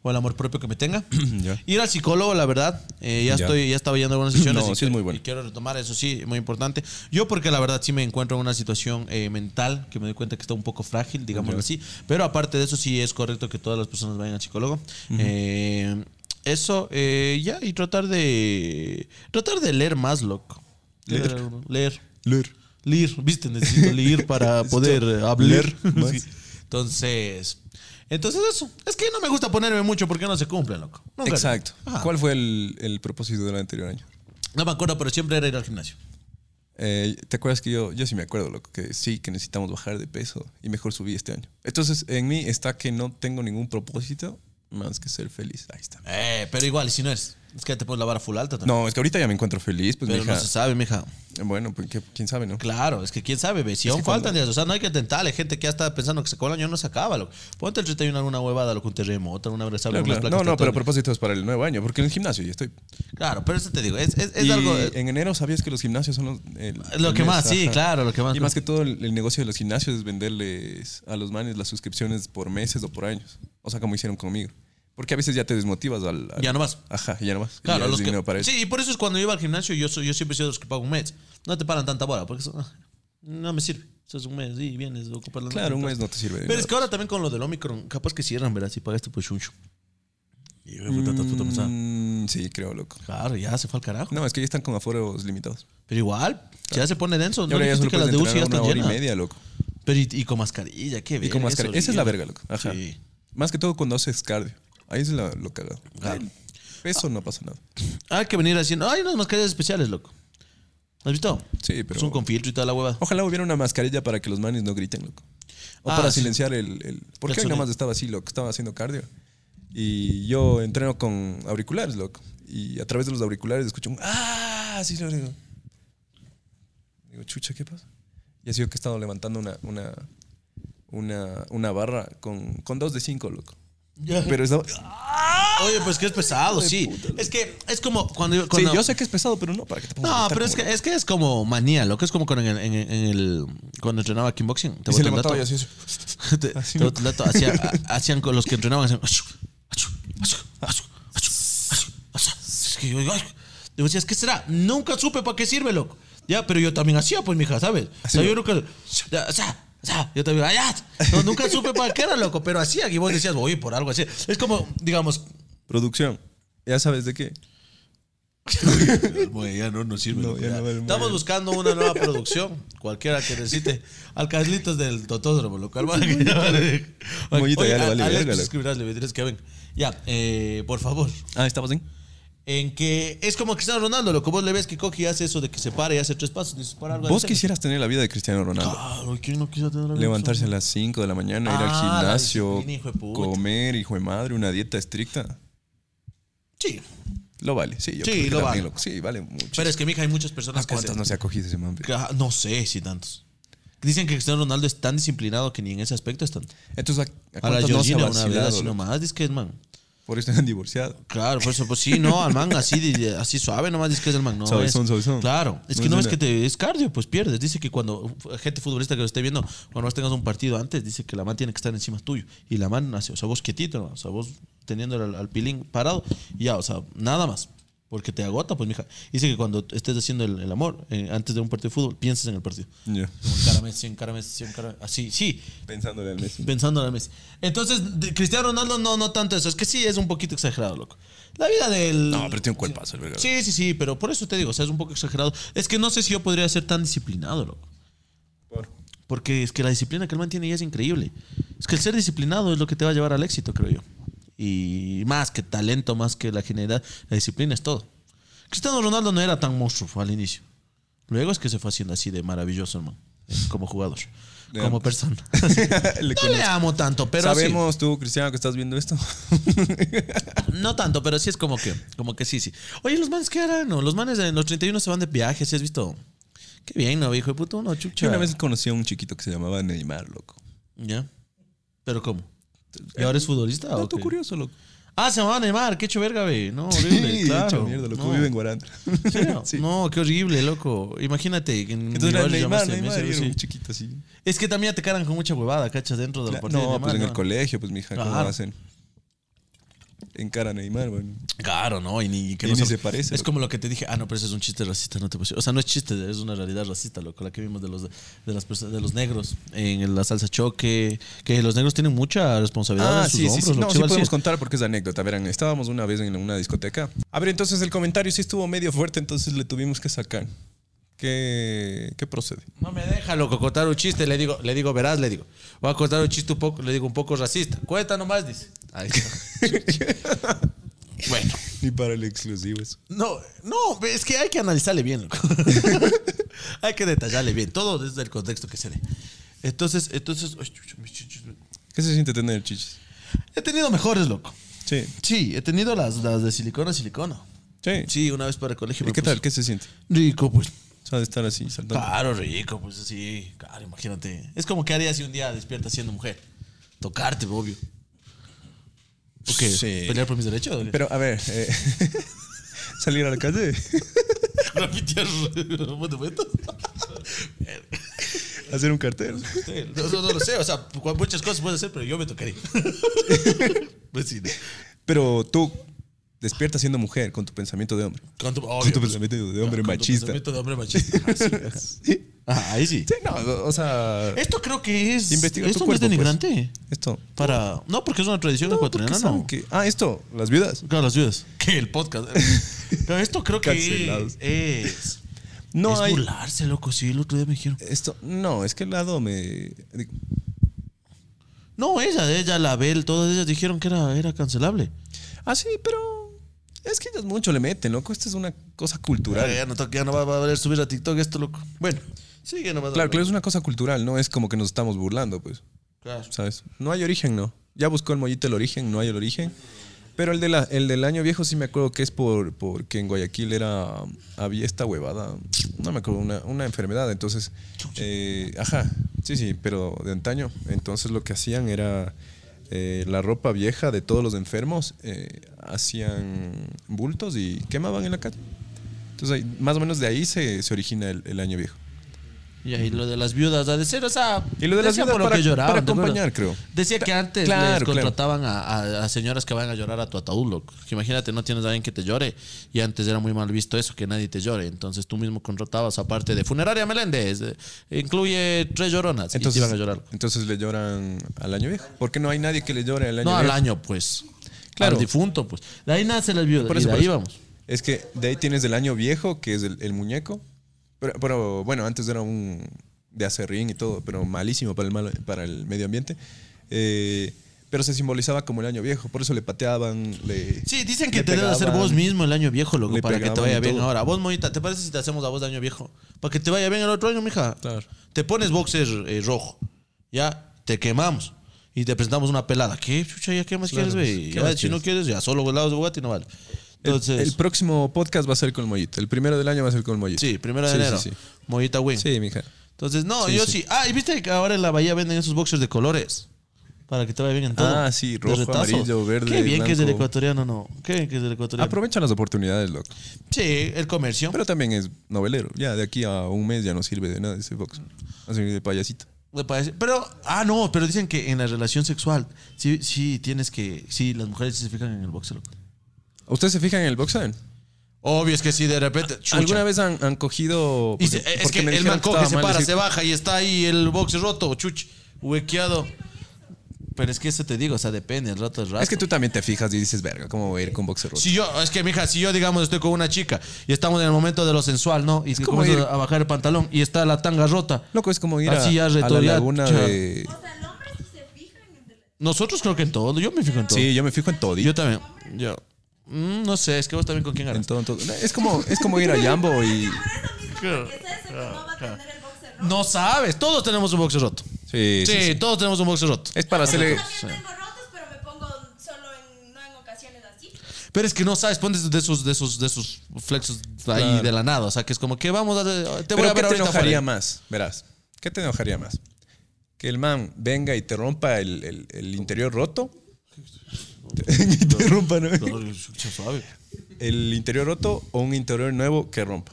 [SPEAKER 2] o el amor propio que me tenga.
[SPEAKER 1] *clears throat* ya.
[SPEAKER 2] Ir al psicólogo, la verdad, eh, ya,
[SPEAKER 1] Ya.
[SPEAKER 2] estoy, ya estaba yendo a algunas
[SPEAKER 1] *clears throat*
[SPEAKER 2] sesiones.
[SPEAKER 1] No,
[SPEAKER 2] y
[SPEAKER 1] sí es muy bueno.
[SPEAKER 2] Y quiero retomar eso, sí, muy importante. Yo porque la verdad sí me encuentro en una situación eh, mental que me doy cuenta que está un poco frágil, digámoslo
[SPEAKER 1] Ya.
[SPEAKER 2] así. Pero aparte de eso sí es correcto que todas las personas vayan al psicólogo. Eh, eso, eh, ya, y tratar de... Tratar de leer más, loco.
[SPEAKER 1] Leer.
[SPEAKER 2] Leer.
[SPEAKER 1] Leer.
[SPEAKER 2] Leer, viste, necesito
[SPEAKER 1] *laughs*
[SPEAKER 2] leer para poder eh, hablar.
[SPEAKER 1] leer más.
[SPEAKER 2] Sí. Entonces, entonces eso. Es que no me gusta ponerme mucho porque no se cumple, loco. Nunca.
[SPEAKER 1] Exacto.
[SPEAKER 2] Ajá.
[SPEAKER 1] ¿Cuál fue el, el propósito del anterior año?
[SPEAKER 2] No me acuerdo, pero siempre era ir al gimnasio.
[SPEAKER 1] Eh, ¿Te acuerdas que yo, yo sí me acuerdo, loco, que sí, que necesitamos bajar de peso y mejor subí este año? Entonces, en mí está que no tengo ningún propósito más que ser feliz. Ahí está.
[SPEAKER 2] Eh, pero igual, si no es. Es que te puedes lavar a full alta también.
[SPEAKER 1] No, es que ahorita ya me encuentro feliz, pues,
[SPEAKER 2] pero
[SPEAKER 1] mija.
[SPEAKER 2] no se sabe, mija.
[SPEAKER 1] Bueno, pues, ¿qué- quién sabe, ¿no?
[SPEAKER 2] Claro, es que quién sabe, ve. Si aún faltan días, o sea, no hay que tentarle. Gente que ya está pensando que se acabó el año, no se acaba, loco. Ponte el 31 alguna huevada, loco, un terremoto, una vez
[SPEAKER 1] Claro, claro. No, no, pero propósitos para el nuevo año, porque en el gimnasio ya estoy.
[SPEAKER 2] Claro, pero eso te digo, es, es, es
[SPEAKER 1] Y
[SPEAKER 2] algo. eh,
[SPEAKER 1] En enero sabías que los gimnasios son los. el-
[SPEAKER 2] Lo
[SPEAKER 1] el
[SPEAKER 2] que
[SPEAKER 1] mes,
[SPEAKER 2] más, sí,
[SPEAKER 1] ajá.
[SPEAKER 2] claro, lo que más.
[SPEAKER 1] Y más que todo, el, el negocio de los gimnasios es venderles a los manes las suscripciones por meses o por años. O sea, como hicieron conmigo. Porque a veces ya te desmotivas al. al-
[SPEAKER 2] Ya no vas.
[SPEAKER 1] Ajá, ya no más.
[SPEAKER 2] Claro,
[SPEAKER 1] Ya es
[SPEAKER 2] los que,
[SPEAKER 1] dinero para eso.
[SPEAKER 2] Sí, y por eso es cuando iba al gimnasio, yo, soy, yo siempre he sido de los que pago un mes. No te paran tanta bola, porque eso, *laughs* ah, no me sirve. Eso es un mes y vienes a ocupar la
[SPEAKER 1] Claro, un mes no te sirve. de
[SPEAKER 2] Pero es
[SPEAKER 1] nada.
[SPEAKER 2] que ahora también con lo del Omicron, capaz que cierran, ¿verdad? Si pagaste por chuncho. Y yo me puta, puta pasada.
[SPEAKER 1] Mm, sí, creo, loco.
[SPEAKER 2] Claro, ya se fue al carajo.
[SPEAKER 1] No, es que ya están con aforos limitados.
[SPEAKER 2] Pero igual, ya se pone denso.
[SPEAKER 1] Y
[SPEAKER 2] Pues No
[SPEAKER 1] ahora ya
[SPEAKER 2] dijiste
[SPEAKER 1] solo
[SPEAKER 2] que las
[SPEAKER 1] puedes
[SPEAKER 2] de
[SPEAKER 1] entrar
[SPEAKER 2] UCI ya
[SPEAKER 1] una
[SPEAKER 2] están
[SPEAKER 1] hora y
[SPEAKER 2] llenas.
[SPEAKER 1] media, loco.
[SPEAKER 2] Pero y, y con mascarilla, qué
[SPEAKER 1] Y
[SPEAKER 2] verga,
[SPEAKER 1] con mascarilla.
[SPEAKER 2] eso
[SPEAKER 1] Esa es la
[SPEAKER 2] horrible.
[SPEAKER 1] verga, loco. Ajá.
[SPEAKER 2] Sí.
[SPEAKER 1] Más que todo cuando haces cardio. Ahí es la, lo cagado.
[SPEAKER 2] Claro.
[SPEAKER 1] Ay, Eso no pasa nada.
[SPEAKER 2] Hay Ah, que venir haciendo. Hay unas mascarillas especiales, loco. ¿Has visto?
[SPEAKER 1] Sí, pero- Oh.
[SPEAKER 2] Son con filtro y toda la hueva.
[SPEAKER 1] Ojalá hubiera una mascarilla para que los manes no griten, loco. O
[SPEAKER 2] Ah,
[SPEAKER 1] para
[SPEAKER 2] sí.
[SPEAKER 1] silenciar el. el
[SPEAKER 2] El
[SPEAKER 1] porque hoy
[SPEAKER 2] sonido.
[SPEAKER 1] nada más estaba así, loco. Estaba haciendo cardio. Y yo entreno con auriculares, loco. Y a través de los auriculares escucho un. ¡Ah! Así lo digo. Digo, chucha, ¿qué pasa? Y ha sido que he estado levantando una. una una, una barra con, con dos de cinco, loco.
[SPEAKER 2] Ya.
[SPEAKER 1] Pero estaba-
[SPEAKER 2] Oye, pues que es pesado, sí. es que es como cuando. yo-
[SPEAKER 1] Sí,
[SPEAKER 2] cuando-
[SPEAKER 1] yo sé que es pesado, pero no para que te pongas a
[SPEAKER 2] No,
[SPEAKER 1] gritar
[SPEAKER 2] pero es
[SPEAKER 1] como
[SPEAKER 2] que, es que es como manía, lo que es como con el- en, en el- cuando entrenaba kickboxing. Te
[SPEAKER 1] Y se
[SPEAKER 2] botan
[SPEAKER 1] levantaba y
[SPEAKER 2] *laughs* dato.
[SPEAKER 1] así, así.
[SPEAKER 2] Te- te botan dato,
[SPEAKER 1] *laughs*
[SPEAKER 2] hacía- ha- hacían con los que entrenaban. hacían, "Achu, achu, achu, achu, achu, achu, achu". Es que yo digo, "Ay". Yo decía, ¿qué será? Nunca supe para qué sirve, loco. Ya, pero yo también hacía, pues, mija, ¿sabes? O sea, yo nunca. ya, o sea, o sea, yo también, "Ay, ya". No, nunca supe para qué era, loco, pero hacía. Y vos decías, voy por algo así. Es como, digamos,
[SPEAKER 1] Producción. Ya sabes de qué.
[SPEAKER 2] Bueno, ya no nos sirve.
[SPEAKER 1] No,
[SPEAKER 2] loco,
[SPEAKER 1] ya
[SPEAKER 2] ya.
[SPEAKER 1] no vale
[SPEAKER 2] Estamos
[SPEAKER 1] madre.
[SPEAKER 2] buscando una nueva producción. Cualquiera que necesite. Al Carlitos del Totódromo, local. *laughs*
[SPEAKER 1] Mollito ya le vale verga, loco.
[SPEAKER 2] escribirás, le dirás que ven. Ya, eh, por favor.
[SPEAKER 1] Ah, estamos en.
[SPEAKER 2] En que es como Cristiano Ronaldo, lo que vos le ves que coge y hace eso de que se para y hace tres pasos, dices para algo.
[SPEAKER 1] Vos Ah,
[SPEAKER 2] decente.
[SPEAKER 1] quisieras tener la vida de Cristiano Ronaldo.
[SPEAKER 2] Claro, ¿y ¿quién no quiso tener algo
[SPEAKER 1] Levantarse a
[SPEAKER 2] así?
[SPEAKER 1] las 5 de la mañana, ir
[SPEAKER 2] Ah, la
[SPEAKER 1] al gimnasio,
[SPEAKER 2] disciplina, hijo de puta.
[SPEAKER 1] comer, hijo de madre, una dieta estricta.
[SPEAKER 2] Sí,
[SPEAKER 1] Lo vale, sí. Yo
[SPEAKER 2] Sí,
[SPEAKER 1] creo que
[SPEAKER 2] lo
[SPEAKER 1] también
[SPEAKER 2] vale.
[SPEAKER 1] Sí, vale mucho.
[SPEAKER 2] pero es que mija hay muchas
[SPEAKER 1] ¿A
[SPEAKER 2] personas que
[SPEAKER 1] cuántas
[SPEAKER 2] se-
[SPEAKER 1] no se ha cogido ese man?
[SPEAKER 2] que- ah, no sé si tantos. Dicen que Cristiano Ronaldo es tan disciplinado que ni en ese aspecto es tan.
[SPEAKER 1] Entonces, ¿a, a
[SPEAKER 2] A la
[SPEAKER 1] cuántas no se ha
[SPEAKER 2] Georgina una vez
[SPEAKER 1] vacilado,
[SPEAKER 2] así
[SPEAKER 1] loco?
[SPEAKER 2] nomás, dice que es man.
[SPEAKER 1] Por eso han divorciado.
[SPEAKER 2] Claro, por eso, pues sí, no, al man así, de- así suave nomás dice que es el man. No,
[SPEAKER 1] Suavezón,
[SPEAKER 2] es-
[SPEAKER 1] suavezón.
[SPEAKER 2] Claro, es
[SPEAKER 1] No
[SPEAKER 2] que
[SPEAKER 1] es
[SPEAKER 2] no es
[SPEAKER 1] una-
[SPEAKER 2] que te es cardio, pues pierdes. Dice que cuando gente futbolista que lo esté viendo, cuando vos tengas un partido antes, dice que la man tiene que estar encima tuyo. Y la man hace, o sea, vos quietito, ¿no? o sea, vos teniendo al, al pilín parado, y ya, o sea, nada más. Porque te agota, pues, mija. Dice que cuando estés haciendo el, el amor, eh, antes de un partido de fútbol, pienses en el partido.
[SPEAKER 1] Ya.
[SPEAKER 2] Como encárame, sí, encárame, sí, encárame. Así, sí,
[SPEAKER 1] Pensándole al Messi.
[SPEAKER 2] pensando en el Messi. Entonces, de- Cristiano Ronaldo no, no tanto eso. Es que sí, es un poquito exagerado, loco. La vida del...
[SPEAKER 1] No, pero tiene un cuerpazo, el verga.
[SPEAKER 2] Sí, sí, sí, pero por eso te digo, o sea, es un poco exagerado. Es que no sé si yo podría ser tan disciplinado, loco.
[SPEAKER 1] Por-
[SPEAKER 2] Porque es que la disciplina que el man tiene ya es increíble. Es que el ser disciplinado es lo que te va a llevar al éxito, creo yo. Y más que talento, más que la genialidad, la disciplina es todo. Cristiano Ronaldo no era tan monstruo al inicio. Luego es que se fue haciendo así de maravilloso, hermano. Como jugador.
[SPEAKER 1] Le
[SPEAKER 2] Como
[SPEAKER 1] amo.
[SPEAKER 2] persona.
[SPEAKER 1] *laughs* *laughs* Le
[SPEAKER 2] no le
[SPEAKER 1] conozco.
[SPEAKER 2] amo tanto, pero sí.
[SPEAKER 1] Sabemos tú, Cristiano, que estás viendo esto.
[SPEAKER 2] No tanto, pero sí es como que, como que sí, sí. Oye, los manes, ¿qué harán? No, los manes en los 31 se van de viaje, ¿sí has visto? Qué bien, ¿no, hijo de puto? No, chucha.
[SPEAKER 1] Yo una vez conocí a un chiquito que se llamaba Neymar, loco.
[SPEAKER 2] Ya. ¿Pero cómo? ¿Y ahora es futbolista o
[SPEAKER 1] Eh, Dato
[SPEAKER 2] qué?
[SPEAKER 1] curioso, loco.
[SPEAKER 2] Ah, se llamaba Neymar, qué hecho verga, ve. No, horrible,
[SPEAKER 1] Sí,
[SPEAKER 2] claro.
[SPEAKER 1] hecho mierda, loco.
[SPEAKER 2] No.
[SPEAKER 1] Vive en Guaranda.
[SPEAKER 2] ¿En serio?
[SPEAKER 1] *laughs* Sí.
[SPEAKER 2] No, qué horrible, loco. Imagínate. que en
[SPEAKER 1] Entonces
[SPEAKER 2] mi
[SPEAKER 1] era
[SPEAKER 2] barrio
[SPEAKER 1] Neymar,
[SPEAKER 2] llamaste
[SPEAKER 1] Neymar, y
[SPEAKER 2] Messi,
[SPEAKER 1] era un
[SPEAKER 2] sí.
[SPEAKER 1] chiquito así.
[SPEAKER 2] Es que también ya te cargan con mucha huevada, cachas, dentro de los
[SPEAKER 1] Claro,
[SPEAKER 2] partidos de
[SPEAKER 1] No,
[SPEAKER 2] Neymar,
[SPEAKER 1] pues en el
[SPEAKER 2] ¿no?
[SPEAKER 1] colegio, pues mija, ¿cómo
[SPEAKER 2] Claro.
[SPEAKER 1] hacen? En cara a Neymar, bueno.
[SPEAKER 2] Claro, no, y ni, que
[SPEAKER 1] Y
[SPEAKER 2] no
[SPEAKER 1] ni
[SPEAKER 2] sabe-
[SPEAKER 1] se parece,
[SPEAKER 2] Es
[SPEAKER 1] loco.
[SPEAKER 2] como lo que te dije, ah, no, pero ese es un chiste racista, no te puse. O sea, no es chiste, es una realidad racista, loco, la que vimos de los de las perso- de los negros en la salsa choque, que los negros tienen mucha responsabilidad en sus hombros, lo
[SPEAKER 1] No,
[SPEAKER 2] que
[SPEAKER 1] Ah, sí
[SPEAKER 2] se va a
[SPEAKER 1] podemos
[SPEAKER 2] decir.
[SPEAKER 1] contar porque es anécdota. Verán, estábamos una vez en una discoteca. A ver, entonces el comentario sí estuvo medio fuerte, entonces le tuvimos que sacar. ¿Qué, qué
[SPEAKER 2] *laughs*
[SPEAKER 1] procede?
[SPEAKER 2] No me deja, loco, contar un chiste, le digo, le digo, verás, le digo. Voy a contar un chiste un poco, le digo un poco racista. Cuenta nomás, dice. Ahí
[SPEAKER 1] *laughs*
[SPEAKER 2] está. bueno.
[SPEAKER 1] Ni para el exclusivo eso.
[SPEAKER 2] No, no, es que hay que analizarle bien, *laughs* loco. hay que detallarle bien, todo desde el contexto que se dé. Entonces, entonces, ay, chucha, mis chichis.
[SPEAKER 1] ¿Qué se siente tener chichis?
[SPEAKER 2] he tenido mejores, loco.
[SPEAKER 1] Sí,
[SPEAKER 2] Sí, he tenido las, las de silicona, silicona.
[SPEAKER 1] sí.
[SPEAKER 2] Sí, pues, una vez para el colegio.
[SPEAKER 1] ¿Y
[SPEAKER 2] me
[SPEAKER 1] qué tal?
[SPEAKER 2] puse-
[SPEAKER 1] ¿Qué se siente?
[SPEAKER 2] Rico, pues.
[SPEAKER 1] O sea, de estar así, saltando.
[SPEAKER 2] Claro, rico, pues sí. Claro, imagínate. Es como que harías si un día despiertas siendo mujer. Tocarte, obvio. ¿O qué?
[SPEAKER 1] Sí.
[SPEAKER 2] ¿Pelear por mis derechos? *laughs* o qué?
[SPEAKER 1] Pero, a ver, eh, *laughs* salir a la calle. *laughs*
[SPEAKER 2] Repitir, monumentos.
[SPEAKER 1] Hacer un cartel.
[SPEAKER 2] No, no, no lo sé, o sea, cu- muchas cosas puedes hacer, pero yo me tocaría. *laughs* pues sí. no.
[SPEAKER 1] Pero tú despiertas siendo mujer con tu pensamiento de hombre.
[SPEAKER 2] Con tu, obvio,
[SPEAKER 1] Con tu
[SPEAKER 2] pues,
[SPEAKER 1] pensamiento de
[SPEAKER 2] con
[SPEAKER 1] hombre
[SPEAKER 2] tu
[SPEAKER 1] machista.
[SPEAKER 2] pensamiento de hombre machista. Ajá, sí.
[SPEAKER 1] *laughs* Sí,
[SPEAKER 2] Ajá, ahí sí.
[SPEAKER 1] sí, no, o o sea,
[SPEAKER 2] Esto creo que es.
[SPEAKER 1] Investiga tu
[SPEAKER 2] esto
[SPEAKER 1] cuerpo,
[SPEAKER 2] no es
[SPEAKER 1] pues.
[SPEAKER 2] denigrante.
[SPEAKER 1] esto.
[SPEAKER 2] Para. No, porque es una tradición ecuatoriana,
[SPEAKER 1] ¿Qué saben
[SPEAKER 2] no.
[SPEAKER 1] que- Ah, esto, las viudas.
[SPEAKER 2] Claro, las viudas. Que el podcast. ¿eh? *laughs* Pero esto creo que
[SPEAKER 1] Cancelados.
[SPEAKER 2] es.
[SPEAKER 1] No
[SPEAKER 2] es
[SPEAKER 1] hay.
[SPEAKER 2] burlarse, loco. Sí, el otro día me dijeron.
[SPEAKER 1] Esto, no, es que el lado me. digo,
[SPEAKER 2] No, ella, ella, la Bel, todas ellas dijeron que era, era cancelable.
[SPEAKER 1] Ah, sí, pero. Es que ellos mucho le meten, loco. Esto es una cosa cultural.
[SPEAKER 2] Ya, ya no, to- ya no va, va a valer subir a TikTok esto, loco. Bueno, sigue nomás.
[SPEAKER 1] Claro, claro, es una cosa cultural, no es como que nos estamos burlando, pues.
[SPEAKER 2] Claro.
[SPEAKER 1] ¿Sabes? No hay origen, no. Ya buscó el mollito el origen, no hay el origen. Pero el, de la- el del año viejo sí me acuerdo que es por porque en Guayaquil era había esta huevada, no me acuerdo, una, una enfermedad. Entonces, eh, ajá, sí, sí, pero de antaño. Entonces lo que hacían era eh, la ropa vieja de todos los enfermos, eh, hacían bultos y quemaban en la calle. Entonces, ahí- más o menos de ahí se, se origina el- el año viejo.
[SPEAKER 2] Y ahí lo de las viudas, ha de ser, o sea.
[SPEAKER 1] Y lo de las
[SPEAKER 2] decía
[SPEAKER 1] viudas
[SPEAKER 2] por lo
[SPEAKER 1] para-
[SPEAKER 2] que lloraban,
[SPEAKER 1] para
[SPEAKER 2] ¿te acuerdas?
[SPEAKER 1] acompañar, creo.
[SPEAKER 2] Decía que antes
[SPEAKER 1] claro,
[SPEAKER 2] les
[SPEAKER 1] claro.
[SPEAKER 2] contrataban a, a- a señoras que van a llorar a tu ataúd, loco. Que imagínate, no tienes a alguien que te llore. Y antes era muy mal visto eso, que nadie te llore. Entonces tú mismo contratabas, aparte de funeraria Meléndez, eh, incluye tres lloronas.
[SPEAKER 1] Entonces,
[SPEAKER 2] y te iban a llorar.
[SPEAKER 1] entonces le lloran al año viejo. Porque no hay nadie que le llore al año
[SPEAKER 2] No al
[SPEAKER 1] viejo.
[SPEAKER 2] año, pues.
[SPEAKER 1] Claro.
[SPEAKER 2] Al difunto, pues. De ahí nace las viudas.
[SPEAKER 1] Por
[SPEAKER 2] y
[SPEAKER 1] eso,
[SPEAKER 2] de
[SPEAKER 1] por
[SPEAKER 2] ahí
[SPEAKER 1] eso.
[SPEAKER 2] vamos.
[SPEAKER 1] Es que de ahí tienes el año viejo, que es el, el muñeco. Pero, pero, bueno, antes era un de acerrín y todo, pero malísimo para el, malo- para el medio ambiente. Eh, pero se simbolizaba como el año viejo, por eso le pateaban, le...
[SPEAKER 2] Sí, dicen que
[SPEAKER 1] le
[SPEAKER 2] te debes hacer
[SPEAKER 1] pegaban.
[SPEAKER 2] vos mismo el año viejo, loco,
[SPEAKER 1] le
[SPEAKER 2] para que te
[SPEAKER 1] pegaban
[SPEAKER 2] vaya
[SPEAKER 1] y
[SPEAKER 2] bien
[SPEAKER 1] todo.
[SPEAKER 2] ahora. Vos, Moita, ¿te parece si te hacemos a vos de año viejo? Para que te vaya bien el otro año, mija.
[SPEAKER 1] Claro.
[SPEAKER 2] Te pones boxer eh, rojo, ya, te quemamos y te presentamos una pelada. ¿Qué, chucha, ya qué más
[SPEAKER 1] Claro, pues,
[SPEAKER 2] quieres, güey?
[SPEAKER 1] ¿qué
[SPEAKER 2] Ya,
[SPEAKER 1] más
[SPEAKER 2] Si no quieres, ya, solo volados de guate y no vale.
[SPEAKER 1] El-
[SPEAKER 2] Entonces,
[SPEAKER 1] el, próximo podcast va a ser con el mollito. El primero del año va a ser con el mollito.
[SPEAKER 2] sí, primero de
[SPEAKER 1] Sí, sí,
[SPEAKER 2] enero,
[SPEAKER 1] sí.
[SPEAKER 2] Moita Wing.
[SPEAKER 1] Sí, mija.
[SPEAKER 2] Entonces, no,
[SPEAKER 1] Sí,
[SPEAKER 2] yo sí.
[SPEAKER 1] sí.
[SPEAKER 2] Ah, y viste que ahora en la bahía venden esos boxers de colores. Para que te vaya bien en todo.
[SPEAKER 1] Ah, sí,
[SPEAKER 2] De
[SPEAKER 1] rojo,
[SPEAKER 2] retazo.
[SPEAKER 1] amarillo, verde,
[SPEAKER 2] Qué bien que es del
[SPEAKER 1] blanco.
[SPEAKER 2] ecuatoriano, no. Qué bien que es del ecuatoriano.
[SPEAKER 1] Aprovechan las oportunidades, loco.
[SPEAKER 2] Sí, el comercio.
[SPEAKER 1] Pero también es novelero. Ya de aquí a un mes ya no sirve de nada ese
[SPEAKER 2] Mm.
[SPEAKER 1] box. Va a servir de payasito.
[SPEAKER 2] Me parece- Pero, ah, no, pero dicen que en la relación sexual, sí, sí tienes que. Sí, las mujeres sí se fijan en el boxeo. loco.
[SPEAKER 1] ¿A ¿Ustedes se fijan en el box? saben?
[SPEAKER 2] Obvio, es que sí, de repente.
[SPEAKER 1] ¿Alguna vez han, han cogido.?
[SPEAKER 2] Y se- eh,
[SPEAKER 1] porque-
[SPEAKER 2] es
[SPEAKER 1] porque
[SPEAKER 2] que
[SPEAKER 1] me
[SPEAKER 2] el
[SPEAKER 1] dijeron
[SPEAKER 2] man coge,
[SPEAKER 1] estaba
[SPEAKER 2] se
[SPEAKER 1] mal
[SPEAKER 2] para,
[SPEAKER 1] decir-
[SPEAKER 2] se baja y está ahí el box roto, chuch, huequeado. Pero es que eso te digo, o sea, depende, el rato es rato.
[SPEAKER 1] Es que tú también te fijas y dices, verga, ¿cómo voy a ir con boxer roto?
[SPEAKER 2] Si yo, es que mija, si yo digamos estoy con una chica y estamos en el momento de lo sensual, ¿no? Y
[SPEAKER 1] como
[SPEAKER 2] comienzo
[SPEAKER 1] ir-
[SPEAKER 2] a bajar el pantalón y está la tanga rota.
[SPEAKER 1] Loco, es como ir a,
[SPEAKER 2] Así Ah, ya
[SPEAKER 1] a la
[SPEAKER 2] retorreado,
[SPEAKER 1] laguna
[SPEAKER 2] chaval.
[SPEAKER 1] de.
[SPEAKER 3] O sea, el hombre sí se fija en el de la
[SPEAKER 2] Nosotros creo que en todo, yo me fijo en todo.
[SPEAKER 1] Sí, yo me fijo en todo.
[SPEAKER 2] Yo también. Yo. Mm, no sé, es que vos también con quién
[SPEAKER 1] En
[SPEAKER 2] ganas.
[SPEAKER 1] todo, en todo. Es como, es como ir a Jambo y.
[SPEAKER 3] Por eso mismo, porque es eso, que no va a tener el boxer roto.
[SPEAKER 2] No sabes, todos tenemos un boxer roto.
[SPEAKER 1] Sí, sí,
[SPEAKER 2] Sí,
[SPEAKER 1] sí.
[SPEAKER 2] todos tenemos un boxer roto.
[SPEAKER 1] Es para
[SPEAKER 3] Yo
[SPEAKER 1] hacerle.
[SPEAKER 3] también tengo rotos, pero me pongo solo en, no en ocasiones así.
[SPEAKER 2] Pero es que no sabes, pones de esos, de esos, de esos flexos ahí
[SPEAKER 1] Claro.
[SPEAKER 2] de la nada. O sea, que es como que vamos a. Te voy
[SPEAKER 1] Pero
[SPEAKER 2] a ver
[SPEAKER 1] ¿qué te
[SPEAKER 2] ahorita
[SPEAKER 1] enojaría
[SPEAKER 2] fuera.
[SPEAKER 1] más? Verás, ¿qué te enojaría más? ¿Que el man venga y te rompa el, el- el interior roto? *laughs* y te rompa, ¿no? ¿El interior roto o un interior nuevo que rompa?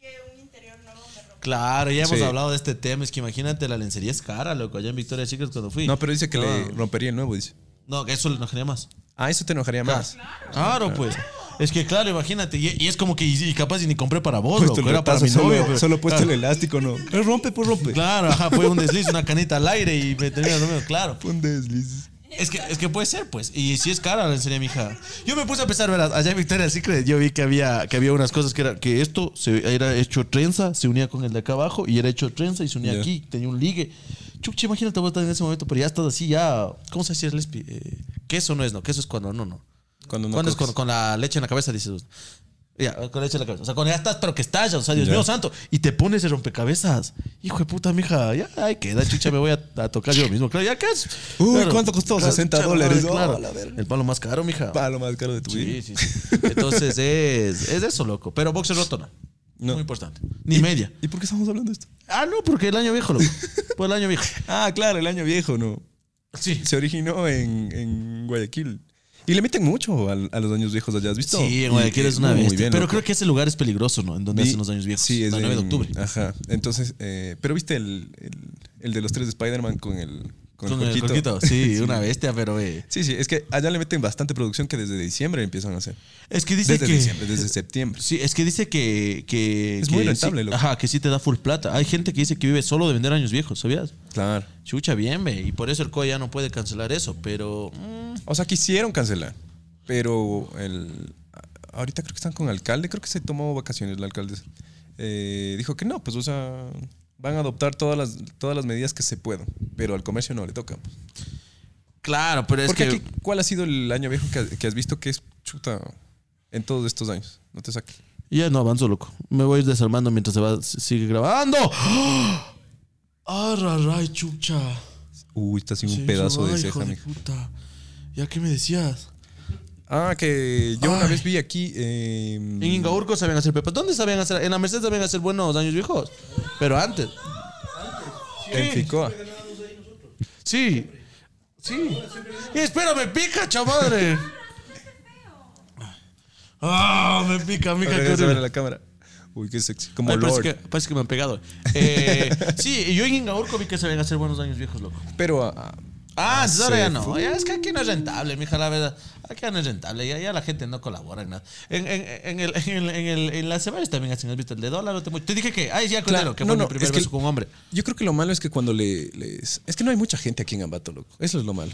[SPEAKER 3] Que un interior nuevo me rompe.
[SPEAKER 2] Claro, ya hemos
[SPEAKER 1] Sí.
[SPEAKER 2] hablado de este tema. Es que imagínate, la lencería es cara, loco. Allá en Victoria Secret cuando fui.
[SPEAKER 1] No, pero dice que le
[SPEAKER 2] No.
[SPEAKER 1] rompería el nuevo, dice.
[SPEAKER 2] No, que eso le enojaría más.
[SPEAKER 1] Ah, eso te enojaría más.
[SPEAKER 2] Claro, pues. Es que claro, imagínate. Y, y es como que y, y capaz y ni compré para vos,
[SPEAKER 1] Puesto
[SPEAKER 2] loco.
[SPEAKER 1] el
[SPEAKER 2] Era para
[SPEAKER 1] retazo,
[SPEAKER 2] mi
[SPEAKER 1] solo,
[SPEAKER 2] novio. pues. Ah. pero-
[SPEAKER 1] solo puesto
[SPEAKER 2] claro.
[SPEAKER 1] el elástico, no. Eh, Rompe, pues rompe.
[SPEAKER 2] Claro, ajá, fue un desliz, una canita al aire y me terminó dormido, claro.
[SPEAKER 1] Un desliz.
[SPEAKER 2] Es que, es que puede ser, pues. Y si es cara, la sería mi hija. Yo me puse a pensar, verás, allá en Victoria Secret yo vi que había, que había unas cosas que era que esto se, era hecho trenza, se unía con el de acá abajo y era hecho trenza y se unía
[SPEAKER 1] Ya.
[SPEAKER 2] aquí, tenía un ligue. Chuchi, imagínate vos estás en ese momento, pero ya estás así, ya. ¿Cómo se dice lesbi? Eh, queso no es, no, queso es cuando no, no.
[SPEAKER 1] Cuando no
[SPEAKER 2] Cuando es con,
[SPEAKER 1] coges.
[SPEAKER 2] con la leche en la cabeza, dices vos. Ya, con leche en la cabeza. O sea, cuando ya estás, pero que estallas, o sea, Dios
[SPEAKER 1] Ya.
[SPEAKER 2] mío santo. Y te pones el rompecabezas. Hijo de puta, mija, ya, ay, queda, chucha, me voy a, a tocar yo mismo. Claro, ya, ¿qué es?
[SPEAKER 1] Uy,
[SPEAKER 2] Claro.
[SPEAKER 1] ¿cuánto costó? 60
[SPEAKER 2] chaval,
[SPEAKER 1] dólares.
[SPEAKER 2] claro.
[SPEAKER 1] Oh, la verga.
[SPEAKER 2] el palo más caro, mija.
[SPEAKER 1] Palo más caro de tu vida.
[SPEAKER 2] Sí, sí, sí. Entonces es, es eso, loco. Pero boxer roto, no.
[SPEAKER 1] No.
[SPEAKER 2] Muy importante. Ni media.
[SPEAKER 1] ¿Y por qué estamos hablando de esto?
[SPEAKER 2] Ah, no, porque el año viejo, loco. Por el año viejo.
[SPEAKER 1] Ah, claro, el año viejo, no.
[SPEAKER 2] Sí.
[SPEAKER 1] se originó en, en Guayaquil. Y le meten mucho al- a, los años viejos allá, ¿has visto?
[SPEAKER 2] Sí,
[SPEAKER 1] Y-
[SPEAKER 2] en Guayaquil es una
[SPEAKER 1] muy
[SPEAKER 2] bestia.
[SPEAKER 1] bien,
[SPEAKER 2] pero
[SPEAKER 1] loco.
[SPEAKER 2] creo que ese lugar es peligroso, ¿no? En donde
[SPEAKER 1] Vi-
[SPEAKER 2] hacen los años viejos.
[SPEAKER 1] Sí, es
[SPEAKER 2] La 9 de
[SPEAKER 1] en-
[SPEAKER 2] octubre.
[SPEAKER 1] Ajá. Entonces, eh, pero viste el, el, el de los tres de Spider-Man con el con,
[SPEAKER 2] Con
[SPEAKER 1] el
[SPEAKER 2] el
[SPEAKER 1] coquito. *laughs*
[SPEAKER 2] coquito, *laughs* sí, una bestia, pero eh,
[SPEAKER 1] Sí, sí, es que allá le meten bastante producción que desde diciembre empiezan a hacer.
[SPEAKER 2] es que dice
[SPEAKER 1] desde
[SPEAKER 2] que
[SPEAKER 1] diciembre, desde
[SPEAKER 2] *laughs*
[SPEAKER 1] septiembre.
[SPEAKER 2] sí, es que dice que, que
[SPEAKER 1] Es
[SPEAKER 2] que
[SPEAKER 1] muy rentable,
[SPEAKER 2] sí,
[SPEAKER 1] loco.
[SPEAKER 2] ajá, que sí te da full plata. Hay gente que dice que vive solo de vender años viejos, ¿sabías?
[SPEAKER 1] Claro.
[SPEAKER 2] Chucha, bien, ve, y por eso el COE ya no puede cancelar eso, pero mm,
[SPEAKER 1] O sea, quisieron cancelar, pero el a- ahorita creo que están con alcalde, creo que se tomó vacaciones la alcaldesa. Eh, dijo que no, pues o sea, van a adoptar todas las todas las medidas que se puedan, pero al comercio no le toca. pues.
[SPEAKER 2] claro, pero es
[SPEAKER 1] Porque
[SPEAKER 2] que
[SPEAKER 1] aquí, ¿cuál ha sido el año viejo que, que has visto que es chuta en todos estos años? No te saques.
[SPEAKER 2] ya no avanzo, loco. Me voy desarmando mientras se va s- sigue grabando. ¡Ah! raray, chucha!
[SPEAKER 1] Uy, está sin
[SPEAKER 2] Sí,
[SPEAKER 1] un pedazo
[SPEAKER 2] ay,
[SPEAKER 1] de
[SPEAKER 2] hijo
[SPEAKER 1] ceja, mijo.
[SPEAKER 2] puta. ¿Ya qué me decías?
[SPEAKER 1] Ah, que yo una
[SPEAKER 2] Ay.
[SPEAKER 1] vez vi aquí. em,
[SPEAKER 2] En Ingaurco sabían hacer pepas. ¿Dónde sabían hacer? En la Merced sabían hacer buenos años viejos. Pero antes.
[SPEAKER 1] en Ficoa.
[SPEAKER 2] Sí. Sí. Espérame, pica, chamadre. Ah, me pica, mica. qué
[SPEAKER 1] Regresa a ver a
[SPEAKER 2] horrible.
[SPEAKER 1] la cámara. Uy, qué sexy. Como
[SPEAKER 2] Ay,
[SPEAKER 1] Lord.
[SPEAKER 2] parece, que, parece que me han pegado. Eh, *laughs* sí, yo en Ingaurco vi que sabían hacer buenos años viejos, loco.
[SPEAKER 1] Pero ah,
[SPEAKER 2] Ah, entonces ahora
[SPEAKER 1] se
[SPEAKER 2] ya no.
[SPEAKER 1] fue.
[SPEAKER 2] Ya es que aquí no es rentable, mija, la verdad. Aquí ya no es rentable. Ya, ya la gente no colabora en nada. En, en, en, el, en, el, en, el, en las semanas también hacen el visto el de dólar. no te mu- Te dije que, ay, ya, claro, que
[SPEAKER 1] no,
[SPEAKER 2] fue
[SPEAKER 1] no,
[SPEAKER 2] mi primer
[SPEAKER 1] es que-
[SPEAKER 2] beso con un hombre.
[SPEAKER 1] Yo creo que lo malo es que cuando le, les... Es que no hay mucha gente aquí en Ambato, loco. Eso es lo malo.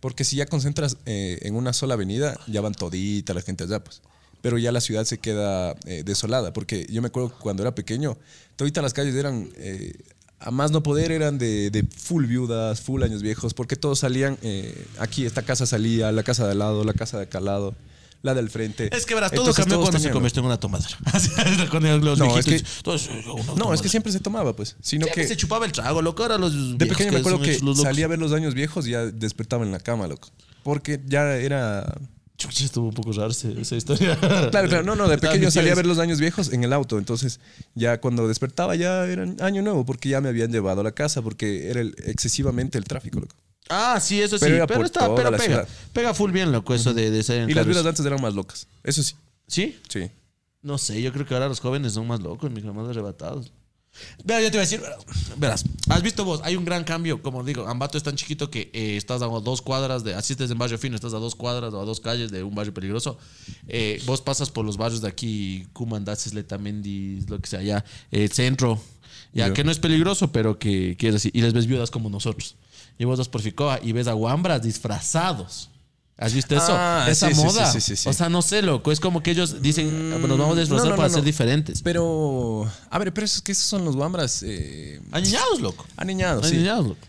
[SPEAKER 1] Porque si ya concentras eh, en una sola avenida, ya van todita la gente allá, pues. pero ya la ciudad se queda eh, desolada. Porque yo me acuerdo que cuando era pequeño, ahorita las calles eran, eh, a más no poder, eran de, de full viudas, full años viejos, porque todos salían, eh, aquí esta casa salía, la casa de al lado, la casa de acá al lado. La del frente.
[SPEAKER 2] Es que verás, todo
[SPEAKER 1] Entonces,
[SPEAKER 2] cambió
[SPEAKER 1] todos
[SPEAKER 2] cuando se
[SPEAKER 1] tenían-
[SPEAKER 2] convirtió en una tomadera. *laughs* Así es, cuando los
[SPEAKER 1] No,
[SPEAKER 2] viejitos,
[SPEAKER 1] es que-
[SPEAKER 2] todos, eh, una
[SPEAKER 1] No, es que
[SPEAKER 2] tomadera.
[SPEAKER 1] siempre se tomaba, pues. Sino
[SPEAKER 2] Siempre
[SPEAKER 1] que
[SPEAKER 2] se chupaba el trago, loco. Ahora los
[SPEAKER 1] De
[SPEAKER 2] viejos
[SPEAKER 1] pequeño me acuerdo
[SPEAKER 2] son
[SPEAKER 1] que
[SPEAKER 2] esos, los locos.
[SPEAKER 1] salía a ver los años viejos y ya despertaba en la cama, loco. Porque ya era.
[SPEAKER 2] Chucha, estuvo un poco raro ese- esa
[SPEAKER 1] *laughs*
[SPEAKER 2] historia.
[SPEAKER 1] Claro, claro, no, no, de
[SPEAKER 2] Estaba
[SPEAKER 1] pequeño
[SPEAKER 2] metido
[SPEAKER 1] salía a
[SPEAKER 2] en-
[SPEAKER 1] ver los años viejos en el auto. Entonces, ya cuando despertaba ya era año nuevo, porque ya me habían llevado a la casa, porque era el- excesivamente el tráfico, loco.
[SPEAKER 2] Ah, sí, eso sí.
[SPEAKER 1] Pero
[SPEAKER 2] Pero,
[SPEAKER 1] era por
[SPEAKER 2] está,
[SPEAKER 1] toda
[SPEAKER 2] pero
[SPEAKER 1] la
[SPEAKER 2] pega.
[SPEAKER 1] ciudad.
[SPEAKER 2] Pega full bien, loco, eso de, de salir en
[SPEAKER 1] Y las
[SPEAKER 2] carros.
[SPEAKER 1] vidas de antes eran más locas. Eso sí,
[SPEAKER 2] ¿Sí?
[SPEAKER 1] sí.
[SPEAKER 2] No sé, yo creo que ahora los jóvenes son más locos, mijo, más arrebatados. Pero yo te voy a decir, verás, has visto vos, hay un gran cambio, como digo, Ambato es tan chiquito que eh, estás a dos cuadras de, así estés en barrio fino, estás a dos cuadras o a dos calles de un barrio peligroso, eh, vos pasas por los barrios de aquí, Cumandaces, Letamendis, lo que sea, ya, eh, centro, ya,
[SPEAKER 1] Ya.
[SPEAKER 2] que no es peligroso, pero que, que es así, y les ves viudas como nosotros. Y vos vas por Ficoa y ves a guambras disfrazados. ¿Has visto eso?
[SPEAKER 1] Ah,
[SPEAKER 2] Esa
[SPEAKER 1] sí, sí,
[SPEAKER 2] moda.
[SPEAKER 1] sí, sí, sí, sí.
[SPEAKER 2] O sea, no sé, loco. Es como que ellos dicen, "Ah, nos vamos a disfrazar
[SPEAKER 1] no, no,
[SPEAKER 2] para
[SPEAKER 1] no.
[SPEAKER 2] ser diferentes.
[SPEAKER 1] Pero. A ver, pero es que esos son los Wambras. Eh,
[SPEAKER 2] Añeñados, loco.
[SPEAKER 1] aniñados, sí.
[SPEAKER 2] Añeñados, loco.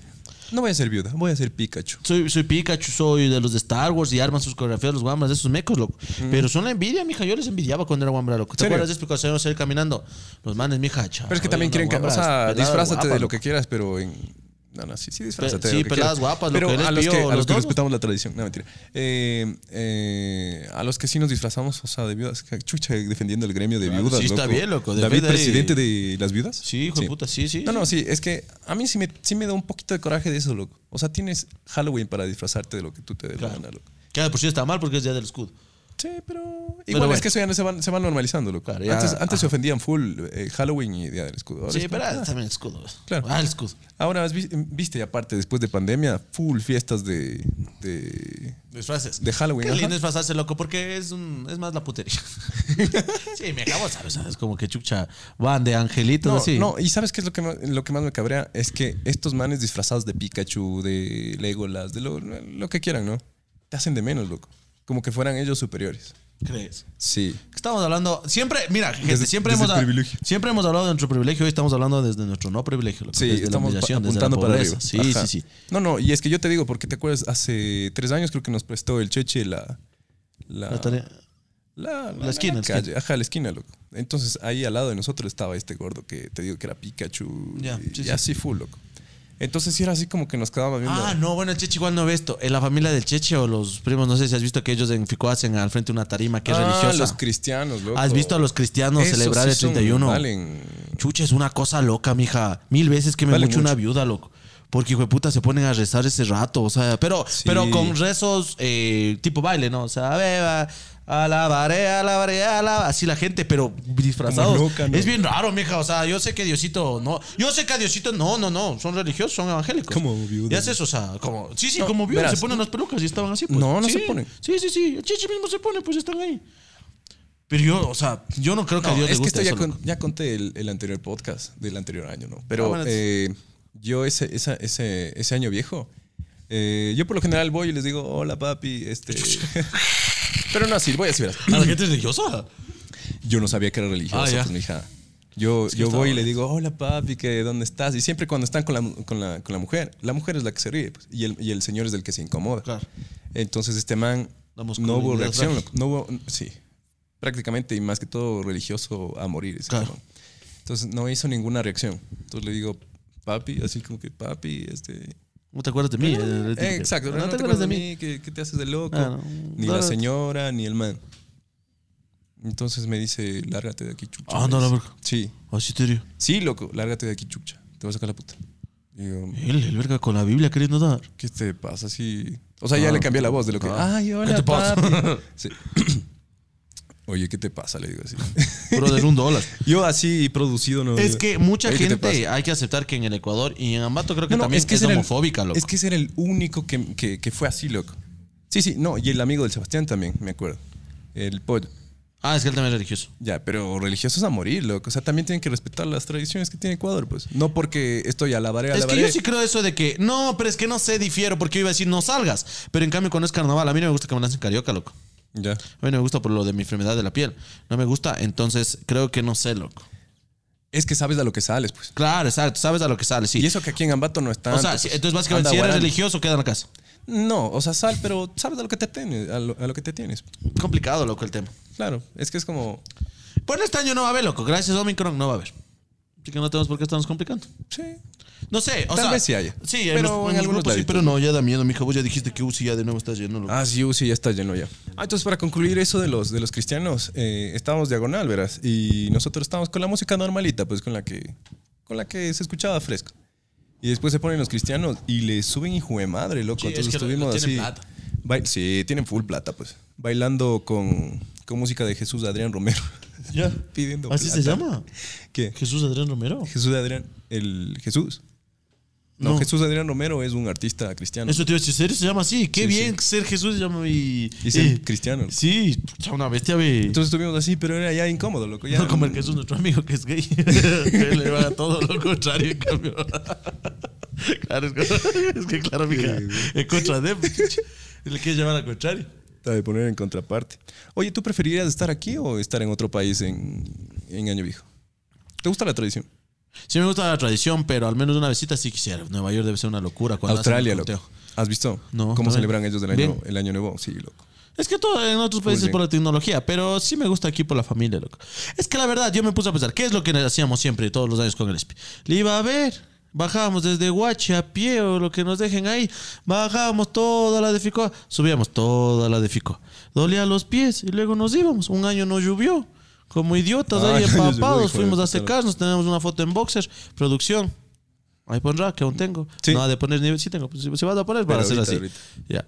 [SPEAKER 1] No voy a ser viuda, voy a ser Pikachu.
[SPEAKER 2] Soy, soy Pikachu, soy de los de Star Wars y arman sus coreografías los guambras de esos mecos, loco. Pero son la envidia, mija. Yo les envidiaba cuando era guambra, loco. ¿Te
[SPEAKER 1] ¿Serio?
[SPEAKER 2] acuerdas de explicación salir caminando? Los manes, mija, chao.
[SPEAKER 1] Pero es que también quieren que. O sea, disfrázate de lo que quieras, pero en. No, no, sí, sí, disfrázate. de
[SPEAKER 2] sí,
[SPEAKER 1] lo que quieras.
[SPEAKER 2] peladas guapas, lo
[SPEAKER 1] Pero
[SPEAKER 2] que les
[SPEAKER 1] a los
[SPEAKER 2] pido,
[SPEAKER 1] que, a
[SPEAKER 2] los
[SPEAKER 1] los que
[SPEAKER 2] dos.
[SPEAKER 1] respetamos la tradición. No, mentira. Eh, eh, a los que sí nos disfrazamos, o sea, de viudas. que Chucha, defendiendo el gremio de
[SPEAKER 2] Claro,
[SPEAKER 1] viudas.
[SPEAKER 2] sí está bien, loco, de
[SPEAKER 1] David,
[SPEAKER 2] vida y-
[SPEAKER 1] presidente de las viudas.
[SPEAKER 2] Sí, hijo de puta, sí, sí.
[SPEAKER 1] No,
[SPEAKER 2] sí.
[SPEAKER 1] no, sí, es que a mí sí me, sí me da un poquito de coraje de eso, loco. O sea, tienes Halloween para disfrazarte de lo que tú te des la
[SPEAKER 2] Claro.
[SPEAKER 1] gana, loco.
[SPEAKER 2] Claro, por sí está mal porque es día del escudo.
[SPEAKER 1] Sí, pero. Igual
[SPEAKER 2] bueno.
[SPEAKER 1] es que eso ya no se, van, se van normalizando, loco.
[SPEAKER 2] Claro, ya-
[SPEAKER 1] antes antes se
[SPEAKER 2] ajá.
[SPEAKER 1] ofendían full eh, Halloween y Día del Escudo. Ahora es
[SPEAKER 2] Sí,
[SPEAKER 1] como,
[SPEAKER 2] pero
[SPEAKER 1] ah,
[SPEAKER 2] también el escudo.
[SPEAKER 1] Claro.
[SPEAKER 2] Ah, el escudo.
[SPEAKER 1] Ahora, ¿has vis- viste, y aparte, después de pandemia, full fiestas de, de,
[SPEAKER 2] Disfraces.
[SPEAKER 1] de Halloween.
[SPEAKER 2] Qué
[SPEAKER 1] ajá.
[SPEAKER 2] lindo disfrazarse, loco, porque es, un, es más la
[SPEAKER 1] *laughs*
[SPEAKER 2] putería. sí, me acabo, ¿sabes? Es como que chucha van de angelitos
[SPEAKER 1] No,
[SPEAKER 2] así.
[SPEAKER 1] no, y ¿sabes qué es lo que, más, lo que más me cabrea? Es que estos manes disfrazados de Pikachu, de Legolas, de lo, lo que quieran, ¿no? Te hacen de menos, loco. Como que fueran ellos superiores.
[SPEAKER 2] ¿Crees?
[SPEAKER 1] Sí.
[SPEAKER 2] Estamos hablando siempre, mira, gente,
[SPEAKER 1] Desde-
[SPEAKER 2] siempre
[SPEAKER 1] desde
[SPEAKER 2] hemos
[SPEAKER 1] el privilegio.
[SPEAKER 2] siempre hemos hablado de nuestro privilegio, hoy estamos hablando desde nuestro no privilegio, loco,
[SPEAKER 1] Sí,
[SPEAKER 2] desde
[SPEAKER 1] estamos
[SPEAKER 2] la
[SPEAKER 1] pa-
[SPEAKER 2] humillación, desde la
[SPEAKER 1] apuntando para
[SPEAKER 2] pobreza.
[SPEAKER 1] arriba.
[SPEAKER 2] Sí,
[SPEAKER 1] Ajá.
[SPEAKER 2] sí, sí.
[SPEAKER 1] No, no, y es que yo te digo, porque te acuerdas, hace tres años creo que nos prestó el Cheche la... La,
[SPEAKER 2] La tarea-
[SPEAKER 1] La,
[SPEAKER 2] La esquina, la
[SPEAKER 1] calle. Ajá, la esquina, loco. Entonces ahí al lado de nosotros estaba este gordo que te digo que era Pikachu.
[SPEAKER 2] Ya,
[SPEAKER 1] y,
[SPEAKER 2] sí,
[SPEAKER 1] y
[SPEAKER 2] sí.
[SPEAKER 1] así full, loco. Entonces sí era así como que nos quedábamos viendo.
[SPEAKER 2] Ah, no, bueno, el Cheche igual no ve esto. En la familia del Cheche o los primos, no sé si has visto que ellos en Ficó hacen al frente una tarima que es
[SPEAKER 1] Ah,
[SPEAKER 2] religiosa.
[SPEAKER 1] los cristianos, loco.
[SPEAKER 2] ¿Has visto a los cristianos
[SPEAKER 1] Esos
[SPEAKER 2] celebrar
[SPEAKER 1] sí
[SPEAKER 2] el
[SPEAKER 1] son
[SPEAKER 2] 31?
[SPEAKER 1] mal en-
[SPEAKER 2] Chucha, es una cosa loca, mija. Mil veces que me
[SPEAKER 1] Vale
[SPEAKER 2] mucho una
[SPEAKER 1] mucho.
[SPEAKER 2] viuda, loco. Porque, hijo de puta, se ponen a rezar ese rato. O sea, pero,
[SPEAKER 1] Sí.
[SPEAKER 2] pero con rezos eh, tipo baile, ¿no? O sea, beba, alabaré, alabaré, alabaré. Así la gente, pero disfrazados.
[SPEAKER 1] Como loca, ¿no?
[SPEAKER 2] Es bien raro, mija. O sea, yo sé que Diosito no. Yo sé que a Diosito no, no, no. Son religiosos, son evangélicos.
[SPEAKER 1] Como viuda.
[SPEAKER 2] Ya haces, o sea, como. Sí, sí,
[SPEAKER 1] No,
[SPEAKER 2] como viuda.
[SPEAKER 1] verás.
[SPEAKER 2] Se ponen las pelucas y estaban así, pues.
[SPEAKER 1] No, no
[SPEAKER 2] Sí,
[SPEAKER 1] se ponen.
[SPEAKER 2] Sí, sí, sí. El chichi mismo se pone, pues están ahí. Pero yo, o sea, yo no creo que a
[SPEAKER 1] No,
[SPEAKER 2] Dios le
[SPEAKER 1] es que
[SPEAKER 2] guste
[SPEAKER 1] esto ya,
[SPEAKER 2] eso,
[SPEAKER 1] con-
[SPEAKER 2] loco.
[SPEAKER 1] ya conté el, el anterior podcast del anterior año, ¿no? Pero
[SPEAKER 2] Ah, bueno,
[SPEAKER 1] eh, yo ese, esa- ese, ese año viejo, eh, yo por lo general voy y les digo, hola papi,
[SPEAKER 2] *laughs*
[SPEAKER 1] este... *laughs* Pero no así, voy a decir, verás.
[SPEAKER 2] *clears throat* ¿A la gente es religiosa?
[SPEAKER 1] Yo no sabía que era religioso,
[SPEAKER 2] Ah, ya.
[SPEAKER 1] pues, mija. Yo,
[SPEAKER 2] que
[SPEAKER 1] yo
[SPEAKER 2] estaba
[SPEAKER 1] voy y le digo, hola papi, ¿qué, ¿dónde estás? Y siempre cuando están con la, mu- con la, con la mujer, la mujer es la que se ríe pues, y, el, y el señor es el que se incomoda.
[SPEAKER 2] Claro.
[SPEAKER 1] Entonces este man, no
[SPEAKER 2] La
[SPEAKER 1] hubo
[SPEAKER 2] masculinidad
[SPEAKER 1] reacción,
[SPEAKER 2] frágil.
[SPEAKER 1] no hubo, sí, prácticamente y más que todo religioso a morir. ese
[SPEAKER 2] Claro.
[SPEAKER 1] cabrón. Entonces no hizo ninguna reacción. Entonces le digo, papi, así como que papi, este...
[SPEAKER 2] No te acuerdas de mí. eh,
[SPEAKER 1] eh,
[SPEAKER 2] típico.
[SPEAKER 1] exacto,
[SPEAKER 2] No, te acuerdas de mí.
[SPEAKER 1] ¿Qué, qué te haces de loco?
[SPEAKER 2] Ah, no.
[SPEAKER 1] Ni
[SPEAKER 2] No,
[SPEAKER 1] la
[SPEAKER 2] no.
[SPEAKER 1] señora, ni el man. Entonces me dice, lárgate de aquí, chucha.
[SPEAKER 2] Ah,
[SPEAKER 1] me
[SPEAKER 2] no, la
[SPEAKER 1] dice.
[SPEAKER 2] verga.
[SPEAKER 1] Sí,
[SPEAKER 2] Ah, sí, te digo.
[SPEAKER 1] sí, loco, lárgate de aquí, chucha. Te vas a sacar la puta. Y yo,
[SPEAKER 2] Él, el verga con la Biblia queriendo dar.
[SPEAKER 1] ¿qué te pasa? Sí. O sea, ya le cambié la voz de lo que.
[SPEAKER 2] ah.
[SPEAKER 1] Ay, hola,
[SPEAKER 2] ¿Qué te pasa? *laughs*
[SPEAKER 1] papi". Sí. *clears throat* Oye, ¿qué te pasa? Le digo así.
[SPEAKER 2] Brother, un dólar.
[SPEAKER 1] yo así producido no.
[SPEAKER 2] *laughs* Es que mucha
[SPEAKER 1] Oye, ¿qué te
[SPEAKER 2] gente
[SPEAKER 1] pasa?
[SPEAKER 2] hay que aceptar que en el Ecuador y en Ambato creo que
[SPEAKER 1] No, no,
[SPEAKER 2] también es,
[SPEAKER 1] que ese era el-
[SPEAKER 2] homofóbica, loco.
[SPEAKER 1] Es que ese era el único que, que- que fue así, loco. Sí, sí, no. Y el amigo del Sebastián también, me acuerdo. El pollo.
[SPEAKER 2] Ah, es que él también es religioso.
[SPEAKER 1] Ya, pero religiosos a morir, loco. O sea, también tienen que respetar las tradiciones que tiene Ecuador, pues. No porque estoy alabaré,
[SPEAKER 2] Es que
[SPEAKER 1] alabaré.
[SPEAKER 2] yo sí creo eso de que, no, pero es que no sé, difiero, porque yo iba a decir no salgas. Pero en cambio, cuando es carnaval, a mí no me gusta que me lancen carioca, loco.
[SPEAKER 1] Ya.
[SPEAKER 2] A mí no me gusta por lo de mi enfermedad de la piel. No me gusta, entonces creo que no sé, loco.
[SPEAKER 1] Es que sabes a lo que sales, pues.
[SPEAKER 2] Claro, exacto, sabes a lo que sale, sí.
[SPEAKER 1] Y eso que aquí en Ambato no está.
[SPEAKER 2] o sea, sí, entonces básicamente si eres religioso, queda en la casa.
[SPEAKER 1] No, o sea, sal, pero sabes a lo que te tienes. A lo, a lo que te tienes.
[SPEAKER 2] Complicado, loco, el tema.
[SPEAKER 1] Claro, es que es como.
[SPEAKER 2] Bueno, este año no va a haber, loco. Gracias a Omicron no va a haber. Así que no tenemos por qué estarnos complicando.
[SPEAKER 1] Sí.
[SPEAKER 2] No sé, o
[SPEAKER 1] Tal
[SPEAKER 2] sea.
[SPEAKER 1] vez sí haya.
[SPEAKER 2] Sí, hay
[SPEAKER 1] Pero en
[SPEAKER 2] unos- unos
[SPEAKER 1] algunos
[SPEAKER 2] grupos pues sí,
[SPEAKER 1] laditos.
[SPEAKER 2] pero no, ya da miedo, mija. Vos ya dijiste que UCI ya de nuevo está lleno, loco.
[SPEAKER 1] Ah, sí, uh, sí, ya está lleno ya. Ah, entonces para concluir eso de los, de los cristianos, eh, estábamos diagonal, verás, y nosotros estábamos con la música normalita, pues con la que, con la que se escuchaba fresco. Y después se ponen los cristianos y le suben hijo de madre, loco.
[SPEAKER 2] Sí, es
[SPEAKER 1] entonces
[SPEAKER 2] que no- no
[SPEAKER 1] estuvimos
[SPEAKER 2] tienen
[SPEAKER 1] así.
[SPEAKER 2] plata.
[SPEAKER 1] Bai- sí, tienen full plata, pues. Bailando con, con música de Jesús Adrián Romero. *laughs*
[SPEAKER 2] Ya.
[SPEAKER 1] Pidiendo
[SPEAKER 2] ¿Así se
[SPEAKER 1] plata.
[SPEAKER 2] llama?
[SPEAKER 1] ¿Qué?
[SPEAKER 2] Jesús Adrián Romero.
[SPEAKER 1] Jesús Adrián, el Jesús. No,
[SPEAKER 2] No.
[SPEAKER 1] Jesús Adrián Romero es un artista cristiano.
[SPEAKER 2] Eso te iba a decir, ¿en serio se llama así? Qué
[SPEAKER 1] Sí,
[SPEAKER 2] bien ser Jesús se llama y.
[SPEAKER 1] Y ser
[SPEAKER 2] eh,
[SPEAKER 1] cristiano.
[SPEAKER 2] Sí, pucha, una bestia, ve.
[SPEAKER 1] Entonces estuvimos así, pero era ya incómodo, loco. Ya
[SPEAKER 2] No como el Jesús, nuestro amigo que es gay. *laughs* Que le va a todo lo contrario, en cambio. *laughs* claro, es que, es que claro, mija. En contra de. Le quieres llevar al contrario.
[SPEAKER 1] Te de poner en contraparte. Oye, ¿tú preferirías estar aquí o estar en otro país en, en Año Viejo? ¿Te gusta la tradición?
[SPEAKER 2] Sí, me gusta la tradición, pero al menos una visita sí quisiera. Nueva York debe ser una locura. Cuando hacen el
[SPEAKER 1] Australia, loco.
[SPEAKER 2] conteo.
[SPEAKER 1] ¿Has visto?
[SPEAKER 2] No,
[SPEAKER 1] ¿Cómo
[SPEAKER 2] también.
[SPEAKER 1] celebran ellos el año,
[SPEAKER 2] Bien.
[SPEAKER 1] el año nuevo? Sí, loco.
[SPEAKER 2] Es que todo en otros países
[SPEAKER 1] bien.
[SPEAKER 2] por la tecnología, pero sí me gusta aquí por la familia, loco. Es que la verdad, yo me puse a pensar, ¿qué es lo que hacíamos siempre todos los años con el ESPI? Le iba a ver, bajábamos desde Huachi a pie o lo que nos dejen ahí, bajábamos toda la de Ficoa, subíamos toda la de Ficoa. Dolía los pies y luego nos íbamos. Un año no llovió, como idiotas
[SPEAKER 1] Ah, *laughs* el
[SPEAKER 2] ahí
[SPEAKER 1] año llovió, hijo
[SPEAKER 2] empapados,
[SPEAKER 1] de
[SPEAKER 2] fuimos a
[SPEAKER 1] puta.
[SPEAKER 2] secarnos, tenemos una foto en boxer, producción. Ahí pondrá, que aún tengo.
[SPEAKER 1] Sí.
[SPEAKER 2] No ha de poner nivel, sí tengo. pues, Si, si vas a poner,
[SPEAKER 1] Pero
[SPEAKER 2] para hacer
[SPEAKER 1] ahorita,
[SPEAKER 2] así.
[SPEAKER 1] ahorita.
[SPEAKER 2] Ya.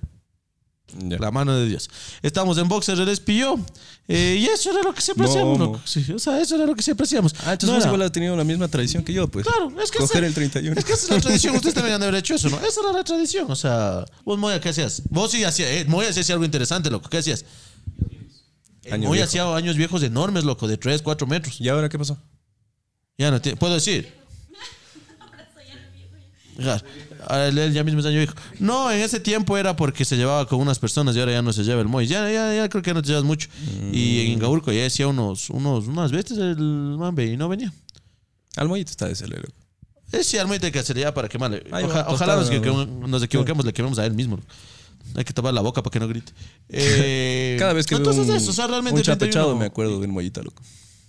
[SPEAKER 1] Ya.
[SPEAKER 2] La mano de Dios. Estamos en Boxer, el espillo. y eso era lo que siempre
[SPEAKER 1] No,
[SPEAKER 2] hacíamos,
[SPEAKER 1] no.
[SPEAKER 2] loco. Sí, o sea, eso era lo que siempre hacíamos.
[SPEAKER 1] Ah, entonces
[SPEAKER 2] No
[SPEAKER 1] vos
[SPEAKER 2] era-
[SPEAKER 1] igual has tenido la misma tradición que yo, pues.
[SPEAKER 2] Claro, es que
[SPEAKER 1] Coger
[SPEAKER 2] esa-
[SPEAKER 1] el 31.
[SPEAKER 2] Es que esa *laughs* es la
[SPEAKER 1] *laughs*
[SPEAKER 2] tradición. Ustedes también han de haber hecho eso, ¿no? Esa era la tradición. O sea, vos, Moya, ¿qué hacías? Vos sí hacías, eh, Moya sí hacía algo interesante, loco. ¿Qué hacías? El
[SPEAKER 1] Año viejo.
[SPEAKER 2] Moya hacía años viejos enormes, loco, de 3, 4 metros.
[SPEAKER 1] ¿Y ahora qué pasó?
[SPEAKER 2] Ya no te puedo decir. Claro. Ahora él- él ya mismo es año viejo. No, en ese tiempo era porque se llevaba con unas personas y ahora ya no se lleva el Moy. Ya, ya, ya creo que ya no te llevas mucho. Y en Ingaurco ya decía unos, unos, unas veces el mambe y no venía.
[SPEAKER 1] Al mollito está de ese loco.
[SPEAKER 2] Ese arma hay que hacer ya para quemarle.
[SPEAKER 1] Ahí va,
[SPEAKER 2] Oja-
[SPEAKER 1] tostada,
[SPEAKER 2] ojalá nos,
[SPEAKER 1] güey.
[SPEAKER 2] equivoquemos- nos equivoquemos, le quememos a él mismo. Hay que tapar la boca para que
[SPEAKER 1] *laughs*
[SPEAKER 2] no grite. Eh,
[SPEAKER 1] Cada vez que veo
[SPEAKER 2] entonces
[SPEAKER 1] un,
[SPEAKER 2] eso, o sea, realmente
[SPEAKER 1] un
[SPEAKER 2] el
[SPEAKER 1] chato
[SPEAKER 2] 31
[SPEAKER 1] echado me acuerdo del mollita, loco.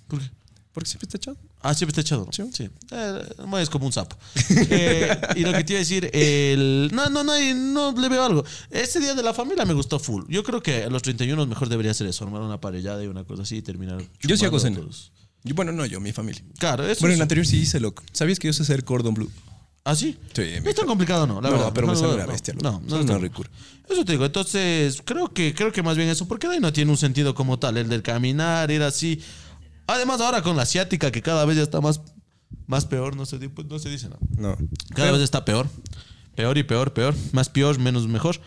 [SPEAKER 2] ¿Por qué?
[SPEAKER 1] Porque siempre está echado.
[SPEAKER 2] Ah, siempre está echado. ¿no? Sí. Eh, bueno, es como un sapo. *laughs* Eh, y lo que te iba a decir, el... no, no, no, hay- no le veo algo. Este día de la familia me gustó full. Yo creo que a los 31 mejor debería ser eso, armar una parellada y una cosa así y terminar.
[SPEAKER 1] Yo sí
[SPEAKER 2] chupando
[SPEAKER 1] hago
[SPEAKER 2] a
[SPEAKER 1] cena.
[SPEAKER 2] todos.
[SPEAKER 1] Yo- bueno, no, yo, mi familia.
[SPEAKER 2] Claro, eso.
[SPEAKER 1] Bueno,
[SPEAKER 2] es-
[SPEAKER 1] en el anterior sí hice, loco. ¿Sabías que yo sé hacer cordon blue?
[SPEAKER 2] ¿Ah, sí?
[SPEAKER 1] Sí,
[SPEAKER 2] No es tan complicado, no, la
[SPEAKER 1] No,
[SPEAKER 2] verdad.
[SPEAKER 1] pero me sale
[SPEAKER 2] no,
[SPEAKER 1] una
[SPEAKER 2] no,
[SPEAKER 1] bestia, loco.
[SPEAKER 2] No,
[SPEAKER 1] Sale
[SPEAKER 2] no,
[SPEAKER 1] una
[SPEAKER 2] no.
[SPEAKER 1] ricura.
[SPEAKER 2] Eso te digo, entonces creo que, creo que más bien eso, porque de ahí no tiene un sentido como tal, el del caminar, ir así. Además, ahora con la asiática, que cada vez ya está más, más peor, no se, di- pues, no se dice nada.
[SPEAKER 1] No.
[SPEAKER 2] Cada vez está peor. Peor y peor, peor. Más peor, menos mejor.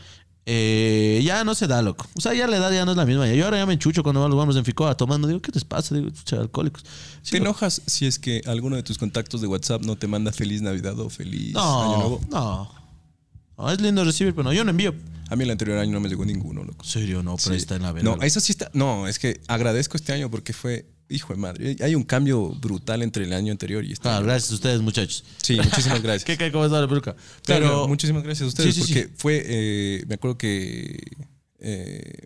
[SPEAKER 2] Eh, ya no se da, loco. O sea, ya la edad ya no es la misma. Yo ahora ya me enchucho cuando nos vamos en Ficoa tomando. Digo, ¿qué te pasa? Digo, chucha, alcohólicos. Sí,
[SPEAKER 1] ¿Te
[SPEAKER 2] loco.
[SPEAKER 1] enojas si es que alguno de tus contactos de WhatsApp no te manda feliz Navidad o feliz Año
[SPEAKER 2] no,
[SPEAKER 1] Nuevo?
[SPEAKER 2] no, no. Es lindo recibir, pero no, yo no envío.
[SPEAKER 1] A mí el anterior año no me llegó ninguno, loco.
[SPEAKER 2] En serio, no, pero ahí está en la verga.
[SPEAKER 1] No, eso sí está. No, es que agradezco este año porque fue, hijo de madre, hay un cambio brutal entre el año anterior y este.
[SPEAKER 2] Claro, Ah, gracias a ustedes, muchachos.
[SPEAKER 1] Sí,
[SPEAKER 2] *laughs*
[SPEAKER 1] muchísimas gracias.
[SPEAKER 2] ¿Qué cae cómo está la peluca?
[SPEAKER 1] Claro,
[SPEAKER 2] Pero,
[SPEAKER 1] muchísimas gracias a ustedes
[SPEAKER 2] Sí, sí,
[SPEAKER 1] porque fue, eh, me acuerdo que eh,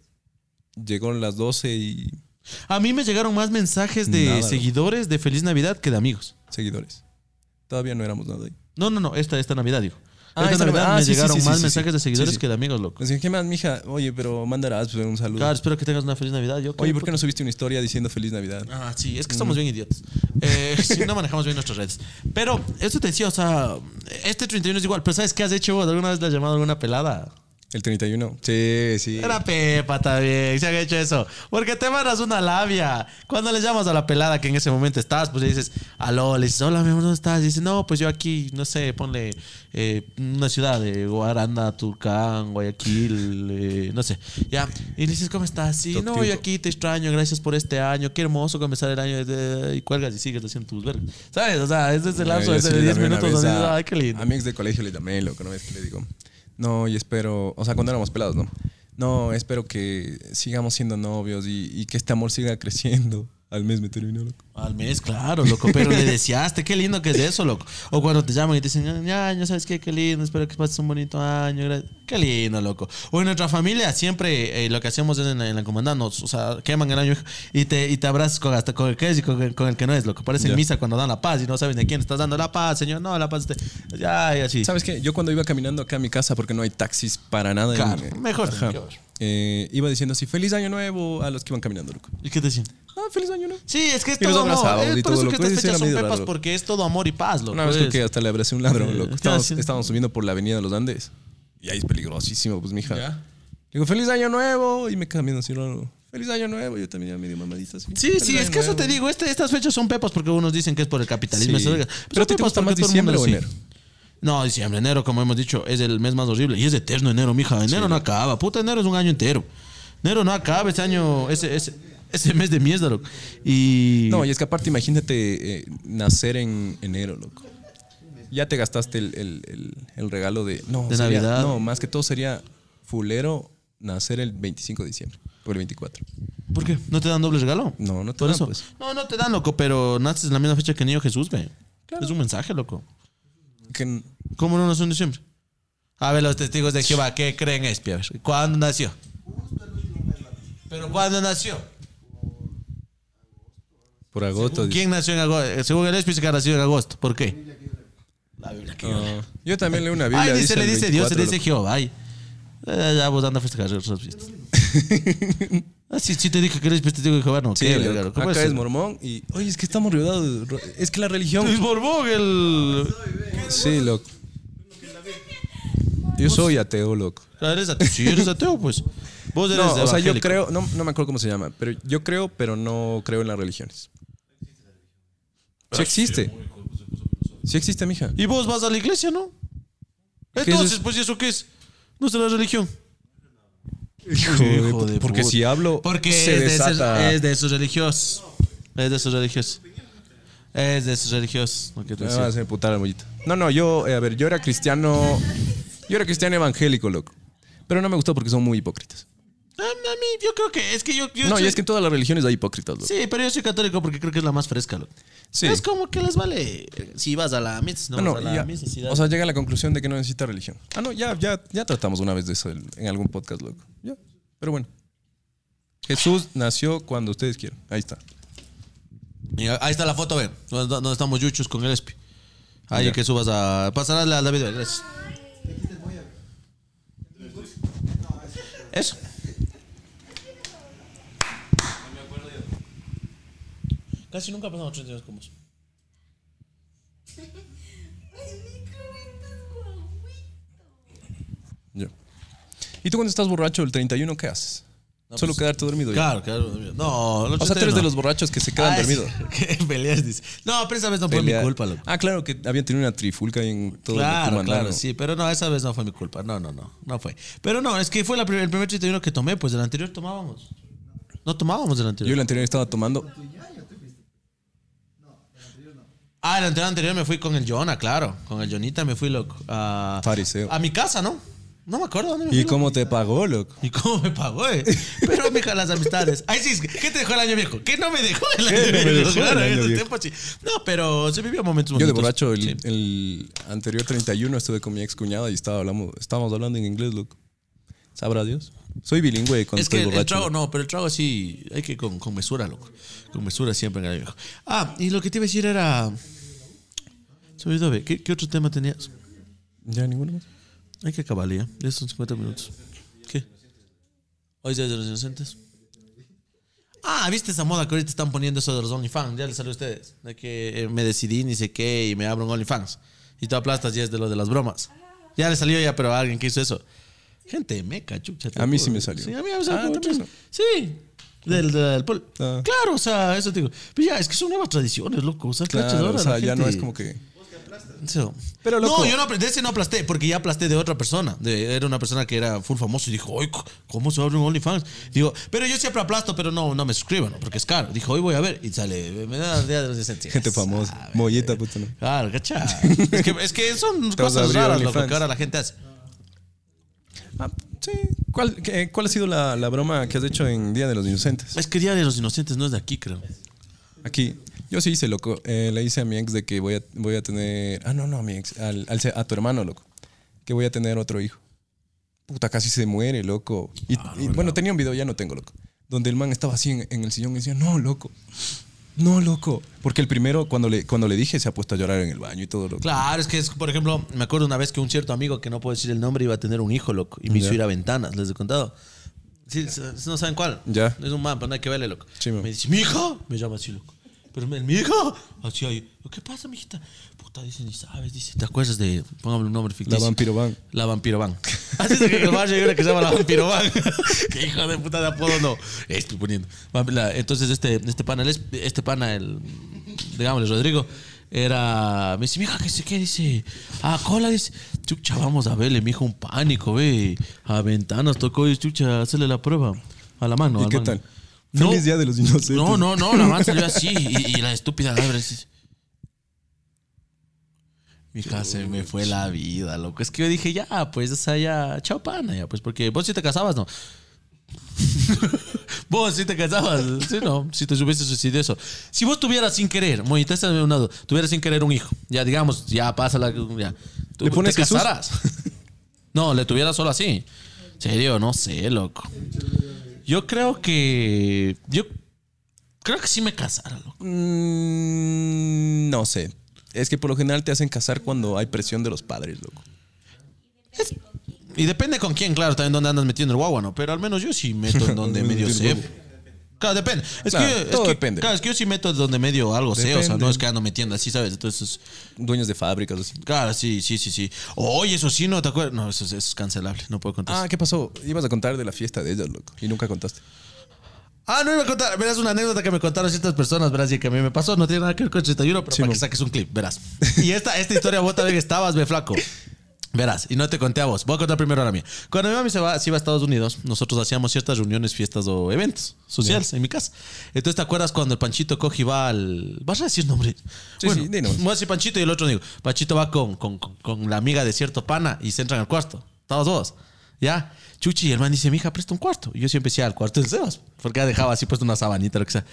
[SPEAKER 1] llegó a las 12 y
[SPEAKER 2] a mí me llegaron más mensajes de
[SPEAKER 1] Nada, loco.
[SPEAKER 2] seguidores de Feliz Navidad que de amigos.
[SPEAKER 1] seguidores. Todavía no éramos nada ahí.
[SPEAKER 2] No, no, no, esta, esta Navidad, digo.
[SPEAKER 1] Ah,
[SPEAKER 2] esta,
[SPEAKER 1] esta
[SPEAKER 2] Navidad
[SPEAKER 1] Navidad. Ah,
[SPEAKER 2] me
[SPEAKER 1] sí, sí,
[SPEAKER 2] llegaron
[SPEAKER 1] sí, sí,
[SPEAKER 2] más
[SPEAKER 1] sí,
[SPEAKER 2] mensajes de
[SPEAKER 1] sí,
[SPEAKER 2] seguidores
[SPEAKER 1] sí.
[SPEAKER 2] que de amigos, loco.
[SPEAKER 1] Así que, ¿qué más, mija? Oye, pero mandarás pues, un saludo.
[SPEAKER 2] Claro, espero que tengas una feliz Navidad. Yo
[SPEAKER 1] Oye,
[SPEAKER 2] creo,
[SPEAKER 1] ¿por qué no Mm. subiste una historia diciendo feliz Navidad?
[SPEAKER 2] Ah, sí, es que estamos bien idiotas. Eh, *laughs* sí, no manejamos bien nuestras redes. Pero, esto te decía, o sea, este 31 es igual. Pero, ¿sabes qué has hecho vos? ¿Alguna vez le has llamado a alguna pelada?
[SPEAKER 1] El 31. Sí, sí.
[SPEAKER 2] Era Pepa también, se han hecho eso. Porque te mandas una labia. Cuando le llamas a la pelada que en ese momento estás, pues le dices, aló, le dices, hola, mi amor, ¿dónde estás? Y dice, no, pues yo aquí, no sé, ponle eh, una ciudad de Guaranda, Turcán, Guayaquil, eh, no sé. Ya. Y le dices, ¿cómo estás? Sí, no, yo
[SPEAKER 1] Toctiuco.
[SPEAKER 2] aquí te extraño, gracias por este año, qué hermoso comenzar el año. eh, Y cuelgas y sigues haciendo tus vergas. ¿Sabes? O sea, ese es pues, el
[SPEAKER 1] No,
[SPEAKER 2] lapso
[SPEAKER 1] yo
[SPEAKER 2] ese
[SPEAKER 1] sí
[SPEAKER 2] de
[SPEAKER 1] le
[SPEAKER 2] 10
[SPEAKER 1] llamé una
[SPEAKER 2] minutos.
[SPEAKER 1] vez
[SPEAKER 2] donde dices,
[SPEAKER 1] a-
[SPEAKER 2] Ay, qué lindo.
[SPEAKER 1] A mi ex de colegio le llamé, loco, no es que le digo. No, y espero. O sea, cuando éramos pelados, ¿no? No, espero que sigamos siendo novios y, y que este amor siga creciendo. Al mes me terminó, loco.
[SPEAKER 2] Al mes, claro, loco, pero le deseaste, qué lindo que es eso, loco. O cuando te llaman y te dicen, ya, ya sabes qué, qué lindo, espero que pases un bonito año, gracias". qué lindo, loco. O en nuestra familia siempre eh, lo que hacemos es en la, en la comanda, nos, o sea, queman el año y te, y te abrazas con, hasta con el que es y con, con el que no es, loco. Parece en
[SPEAKER 1] Ya.
[SPEAKER 2] misa cuando dan la paz y no sabes de quién estás dando la paz, señor, no, la paz, este, ya, y así.
[SPEAKER 1] ¿Sabes qué? Yo cuando iba caminando acá a mi casa, porque no hay taxis para nada. en-
[SPEAKER 2] Claro, mejor,
[SPEAKER 1] Ajá.
[SPEAKER 2] mejor.
[SPEAKER 1] Eh, iba diciendo así, feliz año nuevo a los que iban caminando, loco.
[SPEAKER 2] ¿Y qué te dicen?
[SPEAKER 1] Ah, feliz año nuevo.
[SPEAKER 2] Sí, es que es
[SPEAKER 1] Y los
[SPEAKER 2] todo amor.
[SPEAKER 1] abrazabas
[SPEAKER 2] Es
[SPEAKER 1] y
[SPEAKER 2] por
[SPEAKER 1] todo,
[SPEAKER 2] eso que
[SPEAKER 1] loco.
[SPEAKER 2] estas
[SPEAKER 1] Ese era
[SPEAKER 2] fechas son
[SPEAKER 1] medio
[SPEAKER 2] pepas,
[SPEAKER 1] raro.
[SPEAKER 2] porque es todo amor y paz, loco.
[SPEAKER 1] Una vez creo
[SPEAKER 2] es-
[SPEAKER 1] que hasta le abracé a un ladrón, loco.
[SPEAKER 2] Ya,
[SPEAKER 1] Estábamos,
[SPEAKER 2] sí.
[SPEAKER 1] estábamos subiendo por la avenida de los Andes. Y ahí es peligrosísimo, pues, mija.
[SPEAKER 2] Ya.
[SPEAKER 1] Le digo, feliz año nuevo. Y me camino así, raro. Feliz año nuevo. Yo también ya medio mamadita así.
[SPEAKER 2] Sí,
[SPEAKER 1] "Feliz
[SPEAKER 2] sí, es
[SPEAKER 1] año
[SPEAKER 2] que eso te
[SPEAKER 1] nuevo".
[SPEAKER 2] digo, este- estas fechas son pepas porque unos dicen que es por el capitalismo.
[SPEAKER 1] Sí.
[SPEAKER 2] eso, oiga, pues
[SPEAKER 1] ¿Pero a
[SPEAKER 2] son
[SPEAKER 1] ti te
[SPEAKER 2] pepas
[SPEAKER 1] gusta más
[SPEAKER 2] porque todo el mundo
[SPEAKER 1] diciembre o
[SPEAKER 2] sí.
[SPEAKER 1] enero?
[SPEAKER 2] No, diciembre, enero, como hemos dicho, es el mes más horrible. Y es eterno enero, mija. Enero no acaba. Puta, enero es un año entero. Enero no acaba, ese año, ese, ese, ese mes de mierda, loco. Y.
[SPEAKER 1] No, y es que aparte, imagínate eh, nacer en enero, loco. Ya te gastaste el, el- el- el regalo de. No,
[SPEAKER 2] De
[SPEAKER 1] sería-
[SPEAKER 2] Navidad.
[SPEAKER 1] No, más que todo sería fulero nacer el 25 de diciembre o el 24.
[SPEAKER 2] ¿Por qué? ¿No te dan doble regalo?
[SPEAKER 1] No, no te
[SPEAKER 2] Por
[SPEAKER 1] dan,
[SPEAKER 2] eso.
[SPEAKER 1] pues.
[SPEAKER 2] No, no te dan, loco, pero naces en la misma fecha que el niño Jesús, ve. Es un mensaje, loco.
[SPEAKER 1] Que n-
[SPEAKER 2] ¿Cómo no nació en diciembre? A ver, los testigos de Jehová, ¿qué creen es, Piaver? ¿Cuándo nació? ¿Pero cuándo nació?
[SPEAKER 1] por agosto.
[SPEAKER 2] ¿Quién nació en agosto? Eh, Según el Espíritu, que nació en agosto. ¿Por qué? La Biblia que yo leo.
[SPEAKER 1] No. Yo también leo una Ah, Biblia.
[SPEAKER 2] Ay, dice, le
[SPEAKER 1] el
[SPEAKER 2] dice Dios, se le
[SPEAKER 1] 24,
[SPEAKER 2] dice Jehová. ay. Eh, ya vos anda a festejar
[SPEAKER 1] *laughs*
[SPEAKER 2] otras fiestas. Ah, sí, sí te dije que eres testigo de Jehová, no.
[SPEAKER 1] Sí,
[SPEAKER 2] qué
[SPEAKER 1] loco.
[SPEAKER 2] verga, ¿cómo
[SPEAKER 1] acá es
[SPEAKER 2] eso?
[SPEAKER 1] mormón y. Oye, es que estamos rodeados. de ro- Es que la religión.
[SPEAKER 2] Es Borbón el...
[SPEAKER 1] Sí, loco. Yo soy ateo, loco.
[SPEAKER 2] Ah, Eres ateo, sí, eres ateo, pues. Vos eres
[SPEAKER 1] No, o sea, yo
[SPEAKER 2] evangélico.
[SPEAKER 1] creo, no, no me acuerdo cómo se llama, pero yo creo, pero no creo en las religiones. Sí existe. Sí existe, mija.
[SPEAKER 2] Y vos vas a la iglesia, ¿no?
[SPEAKER 1] es
[SPEAKER 2] Entonces,
[SPEAKER 1] eso?
[SPEAKER 2] pues, ¿y eso qué es? No es de la religión.
[SPEAKER 1] Hijo de porque
[SPEAKER 2] puta.
[SPEAKER 1] si hablo,
[SPEAKER 2] Porque
[SPEAKER 1] se
[SPEAKER 2] es, de esos-
[SPEAKER 1] desata.
[SPEAKER 2] es de esos religiosos. Es de esos religiosos. Es de esos religiosos. Lo que te
[SPEAKER 1] Me
[SPEAKER 2] decía.
[SPEAKER 1] vas a emputar al mollito. No, no, yo, eh, a ver, yo era cristiano, yo era cristiano evangélico, loco. Pero no me gustó porque son muy hipócritas.
[SPEAKER 2] A a mí, Ah, yo creo que es que yo. yo
[SPEAKER 1] No, y
[SPEAKER 2] soy-
[SPEAKER 1] es que en todas las religiones hay hipócritas, loco.
[SPEAKER 2] Sí, pero yo soy católico porque creo que es la más fresca. loco.
[SPEAKER 1] Sí.
[SPEAKER 2] Es como que les vale eh, si vas a la misa, si no,
[SPEAKER 1] No, no,
[SPEAKER 2] vas a
[SPEAKER 1] y
[SPEAKER 2] la
[SPEAKER 1] ya.
[SPEAKER 2] misa. si das-
[SPEAKER 1] o sea, llega a la conclusión de que no necesita religión. Ah, no, ya, ya, ya tratamos una vez de eso en en algún podcast, loco. Ya. Pero bueno. Jesús nació cuando ustedes quieran. Ahí está.
[SPEAKER 2] Mira, ahí está la foto, ven. Donde, donde estamos yuchos con el espi. Ahí
[SPEAKER 1] Ya.
[SPEAKER 2] que subas a. Pasarás la, la video, gracias. Eso. Casi nunca pasamos tres días con vos.
[SPEAKER 1] Ya. ¿Y tú cuando estás borracho el 31 qué haces? Solo
[SPEAKER 2] pues,
[SPEAKER 1] quedarte dormido. ya.
[SPEAKER 2] Claro, claro. No, los
[SPEAKER 1] O sea, tú eres de los borrachos que se quedan dormidos.
[SPEAKER 2] *laughs* ¿Qué peleas dice? No, pero esa vez no Ah, fue mi
[SPEAKER 1] Pelea-
[SPEAKER 2] culpa, loco.
[SPEAKER 1] Ah, claro, que habían tenido una trifulca ahí en todo
[SPEAKER 2] Claro,
[SPEAKER 1] Tucumán,
[SPEAKER 2] claro,
[SPEAKER 1] ¿no?
[SPEAKER 2] sí, pero no, esa vez no fue mi culpa. No, no, no, no fue. Pero no, es que fue la pri- el primer 31 que tomé, pues el anterior tomábamos. No tomábamos el
[SPEAKER 1] Yo
[SPEAKER 2] anterior.
[SPEAKER 1] el anterior estaba tomando.
[SPEAKER 2] Ah, el anterior, anterior me fui con el Jonah, claro. Con el Jonita me fui loco. A,
[SPEAKER 1] Fariseo.
[SPEAKER 2] a mi casa, ¿no? No me acuerdo dónde me fui.
[SPEAKER 1] ¿Y
[SPEAKER 2] loco.
[SPEAKER 1] cómo te pagó, loco?
[SPEAKER 2] ¿Y cómo me pagó,
[SPEAKER 1] *laughs*
[SPEAKER 2] eh? Pero, mija, las amistades. Ay, sí, ¿qué te dejó el año viejo? ¿Qué no me dejó el
[SPEAKER 1] no
[SPEAKER 2] año
[SPEAKER 1] me
[SPEAKER 2] viejo?
[SPEAKER 1] dejó el año
[SPEAKER 2] Claro, en ese
[SPEAKER 1] viejo?
[SPEAKER 2] tiempo sí. No, pero se vivió momentos
[SPEAKER 1] Yo de
[SPEAKER 2] bonitos.
[SPEAKER 1] borracho, el,
[SPEAKER 2] Sí.
[SPEAKER 1] el anterior 31 estuve con mi ex cuñada y estaba hablando, estábamos hablando en inglés, loco. Sabrá Dios. Soy bilingüe cuando
[SPEAKER 2] Es que
[SPEAKER 1] estoy
[SPEAKER 2] el, el
[SPEAKER 1] borracho.
[SPEAKER 2] trago no, pero el trago sí hay que con, con mesura, loco. Con mesura siempre en el viejo. Ah, y lo que te iba a decir era. Se me olvidó, ve, ¿qué, qué otro tema tenías?
[SPEAKER 1] Ya ninguno más.
[SPEAKER 2] Hay que acabarle ya. Ya son 50 minutos. ¿Qué? Hoy es Día de los Inocentes. Ah, ¿viste esa moda que ahorita están poniendo eso de los OnlyFans? Ya les salió a ustedes. De que eh, me decidí, ni sé qué, y me abro un OnlyFans. Y tú aplastas y es de lo de las bromas. Ya le salió ya, pero a alguien que hizo eso. Gente meca, chucha. te
[SPEAKER 1] A mí sí
[SPEAKER 2] juro.
[SPEAKER 1] me salió.
[SPEAKER 2] Sí, a mí me salió.
[SPEAKER 1] Ah,
[SPEAKER 2] como
[SPEAKER 1] ¿también
[SPEAKER 2] chucha. Sí. Del, del pol-
[SPEAKER 1] Ah.
[SPEAKER 2] Claro, o sea, eso te digo. Pero ya, es que son nuevas tradiciones, loco. O sea, cachas,
[SPEAKER 1] Claro,
[SPEAKER 2] ahora
[SPEAKER 1] o sea,
[SPEAKER 2] la
[SPEAKER 1] ya no
[SPEAKER 2] gente-
[SPEAKER 1] es como que.
[SPEAKER 2] eso.
[SPEAKER 1] Pero, loco-
[SPEAKER 2] No, yo no aplasté, ese no aplasté, porque ya aplasté de otra persona. De- era una persona que era full famoso y dijo, hoy, ¿cómo se abre un OnlyFans? Digo, pero yo siempre aplasto, pero no, no me suscriban, ¿no? porque es caro. Dijo, hoy voy a ver, y sale, me da día de los
[SPEAKER 1] *laughs*
[SPEAKER 2] decentes.
[SPEAKER 1] Gente famosa.
[SPEAKER 2] Ah,
[SPEAKER 1] Mollita, puta, ¿no?
[SPEAKER 2] Claro, cacha. es, que, es que son
[SPEAKER 1] vas a
[SPEAKER 2] cosas
[SPEAKER 1] abrir
[SPEAKER 2] raras, loco,
[SPEAKER 1] OnlyFans.
[SPEAKER 2] que ahora la gente hace.
[SPEAKER 1] Ah, sí, ¿Cuál, qué- cuál ha sido la, la broma que has hecho en Día de los Inocentes?
[SPEAKER 2] Es que Día de los Inocentes no es de aquí, creo.
[SPEAKER 1] Aquí. Yo sí hice, loco. Eh, le hice a mi ex de que voy a, voy a tener. Ah, no, no, a mi ex. Al, al- a tu hermano, loco. Que voy a tener otro hijo. Puta, casi se muere, loco. Y,
[SPEAKER 2] Ah,
[SPEAKER 1] y, bueno, tenía un video, ya no tengo, loco. Donde el man estaba así en, en el sillón y decía, no, loco. No, loco. Porque el primero, cuando le, cuando le dije, se ha puesto a llorar en el baño y todo, loco.
[SPEAKER 2] Claro, es que es, por ejemplo, me acuerdo una vez que un cierto amigo que no puedo decir el nombre iba a tener un hijo, loco, y me hizo ir a ventanas, les he contado. Sí, s- no saben cuál.
[SPEAKER 1] Ya.
[SPEAKER 2] Es un man, pero no hay que verle, loco.
[SPEAKER 1] Sí, man.
[SPEAKER 2] me dice, mi hijo, me llama así, loco. Pero me- mi hijo, así ahí. ¿Qué pasa, mijita? Puta, dice, ni sabes, dice, ¿te acuerdas de, póngame un nombre ficticio?
[SPEAKER 1] La Vampiro Van.
[SPEAKER 2] La Vampiro Van. *laughs* Así es que en el barrio hay una que se llama La Vampiro *laughs* Van. que hijo de puta de apodo, no. Estoy poniendo. Vamp- la- Entonces, este, este pana, el es- este pana, el, digámosle, Rodrigo, era. Me dice, mija, ¿qué sé qué? Dice, ah, cola, dice, chucha, vamos a verle, mijo, un pánico, ve. A ventanas tocó y chucha, hacerle la prueba. A la mano.
[SPEAKER 1] ¿Y
[SPEAKER 2] al
[SPEAKER 1] qué
[SPEAKER 2] man.
[SPEAKER 1] tal? Feliz Día de los Inocentes.
[SPEAKER 2] No, no, no, la man salió así y, y la estúpida abre así. Mija, se me fue la vida, loco. Es que yo dije, ya, pues, o sea, ya, chao pana, ya, pues, porque vos sí te casabas, ¿no? vos sí te casabas, sí, no, si te hubiese sucedido eso. Si vos tuvieras sin querer, Moñita, estás de un lado, tuvieras sin querer un hijo, ya, digamos, ya, pasa la. Ya. ¿Tú
[SPEAKER 1] ¿Le pones
[SPEAKER 2] te
[SPEAKER 1] Jesús?
[SPEAKER 2] casaras? *laughs* no, le tuvieras solo así. Serio, no sé, loco. Yo creo que. Yo creo que sí me casara, loco.
[SPEAKER 1] Mm, no sé. Es que por lo general te hacen casar cuando hay presión de los padres, loco.
[SPEAKER 2] Y depende con quién, claro, también dónde andas metiendo el guagua, ¿no? Pero al menos yo sí meto
[SPEAKER 1] *laughs*
[SPEAKER 2] en donde medio sé. Claro, depende. Es
[SPEAKER 1] Claro,
[SPEAKER 2] que, es
[SPEAKER 1] todo
[SPEAKER 2] que-
[SPEAKER 1] depende.
[SPEAKER 2] Claro, es que yo sí meto donde medio algo sé, o sea,
[SPEAKER 1] Depende.
[SPEAKER 2] no es que ando metiendo así, ¿sabes? Entonces,
[SPEAKER 1] Dueños de fábricas, así.
[SPEAKER 2] claro, sí, sí, sí, sí. Oye, eso sí, no te acuerdas. No, eso, es- eso es cancelable, no puedo contar.
[SPEAKER 1] Ah, ¿qué pasó? Ibas a contar de la fiesta de ellos, loco. Y nunca contaste.
[SPEAKER 2] Ah, no iba a contar. Verás una anécdota que me contaron ciertas personas, verás, y que a mí me pasó. No tiene nada que ver con 81, pero
[SPEAKER 1] Sí,
[SPEAKER 2] para
[SPEAKER 1] mo.
[SPEAKER 2] que saques un
[SPEAKER 1] *laughs*
[SPEAKER 2] clip, verás. Y esta, esta historia vos también estabas, ve flaco. Verás, y no te conté a vos. Voy a contar primero a la mía. Cuando mi mami se, va, se iba a Estados Unidos, nosotros hacíamos ciertas reuniones, fiestas o eventos sociales en mi casa. Entonces, ¿te acuerdas cuando el Panchito coge y va al. ¿Vas a decir nombre?
[SPEAKER 1] Sí, sí, di nomás.
[SPEAKER 2] voy a decir Panchito y el otro digo. Panchito va con, con, con- con la amiga de cierto pana y se entran al cuarto. Todos dos. ¿Ya? Chuchi y el man dice, mija, presta un cuarto. Y yo siempre decía, al cuarto de Sebas. Porque ya dejaba así puesto una sabanita, lo que sea.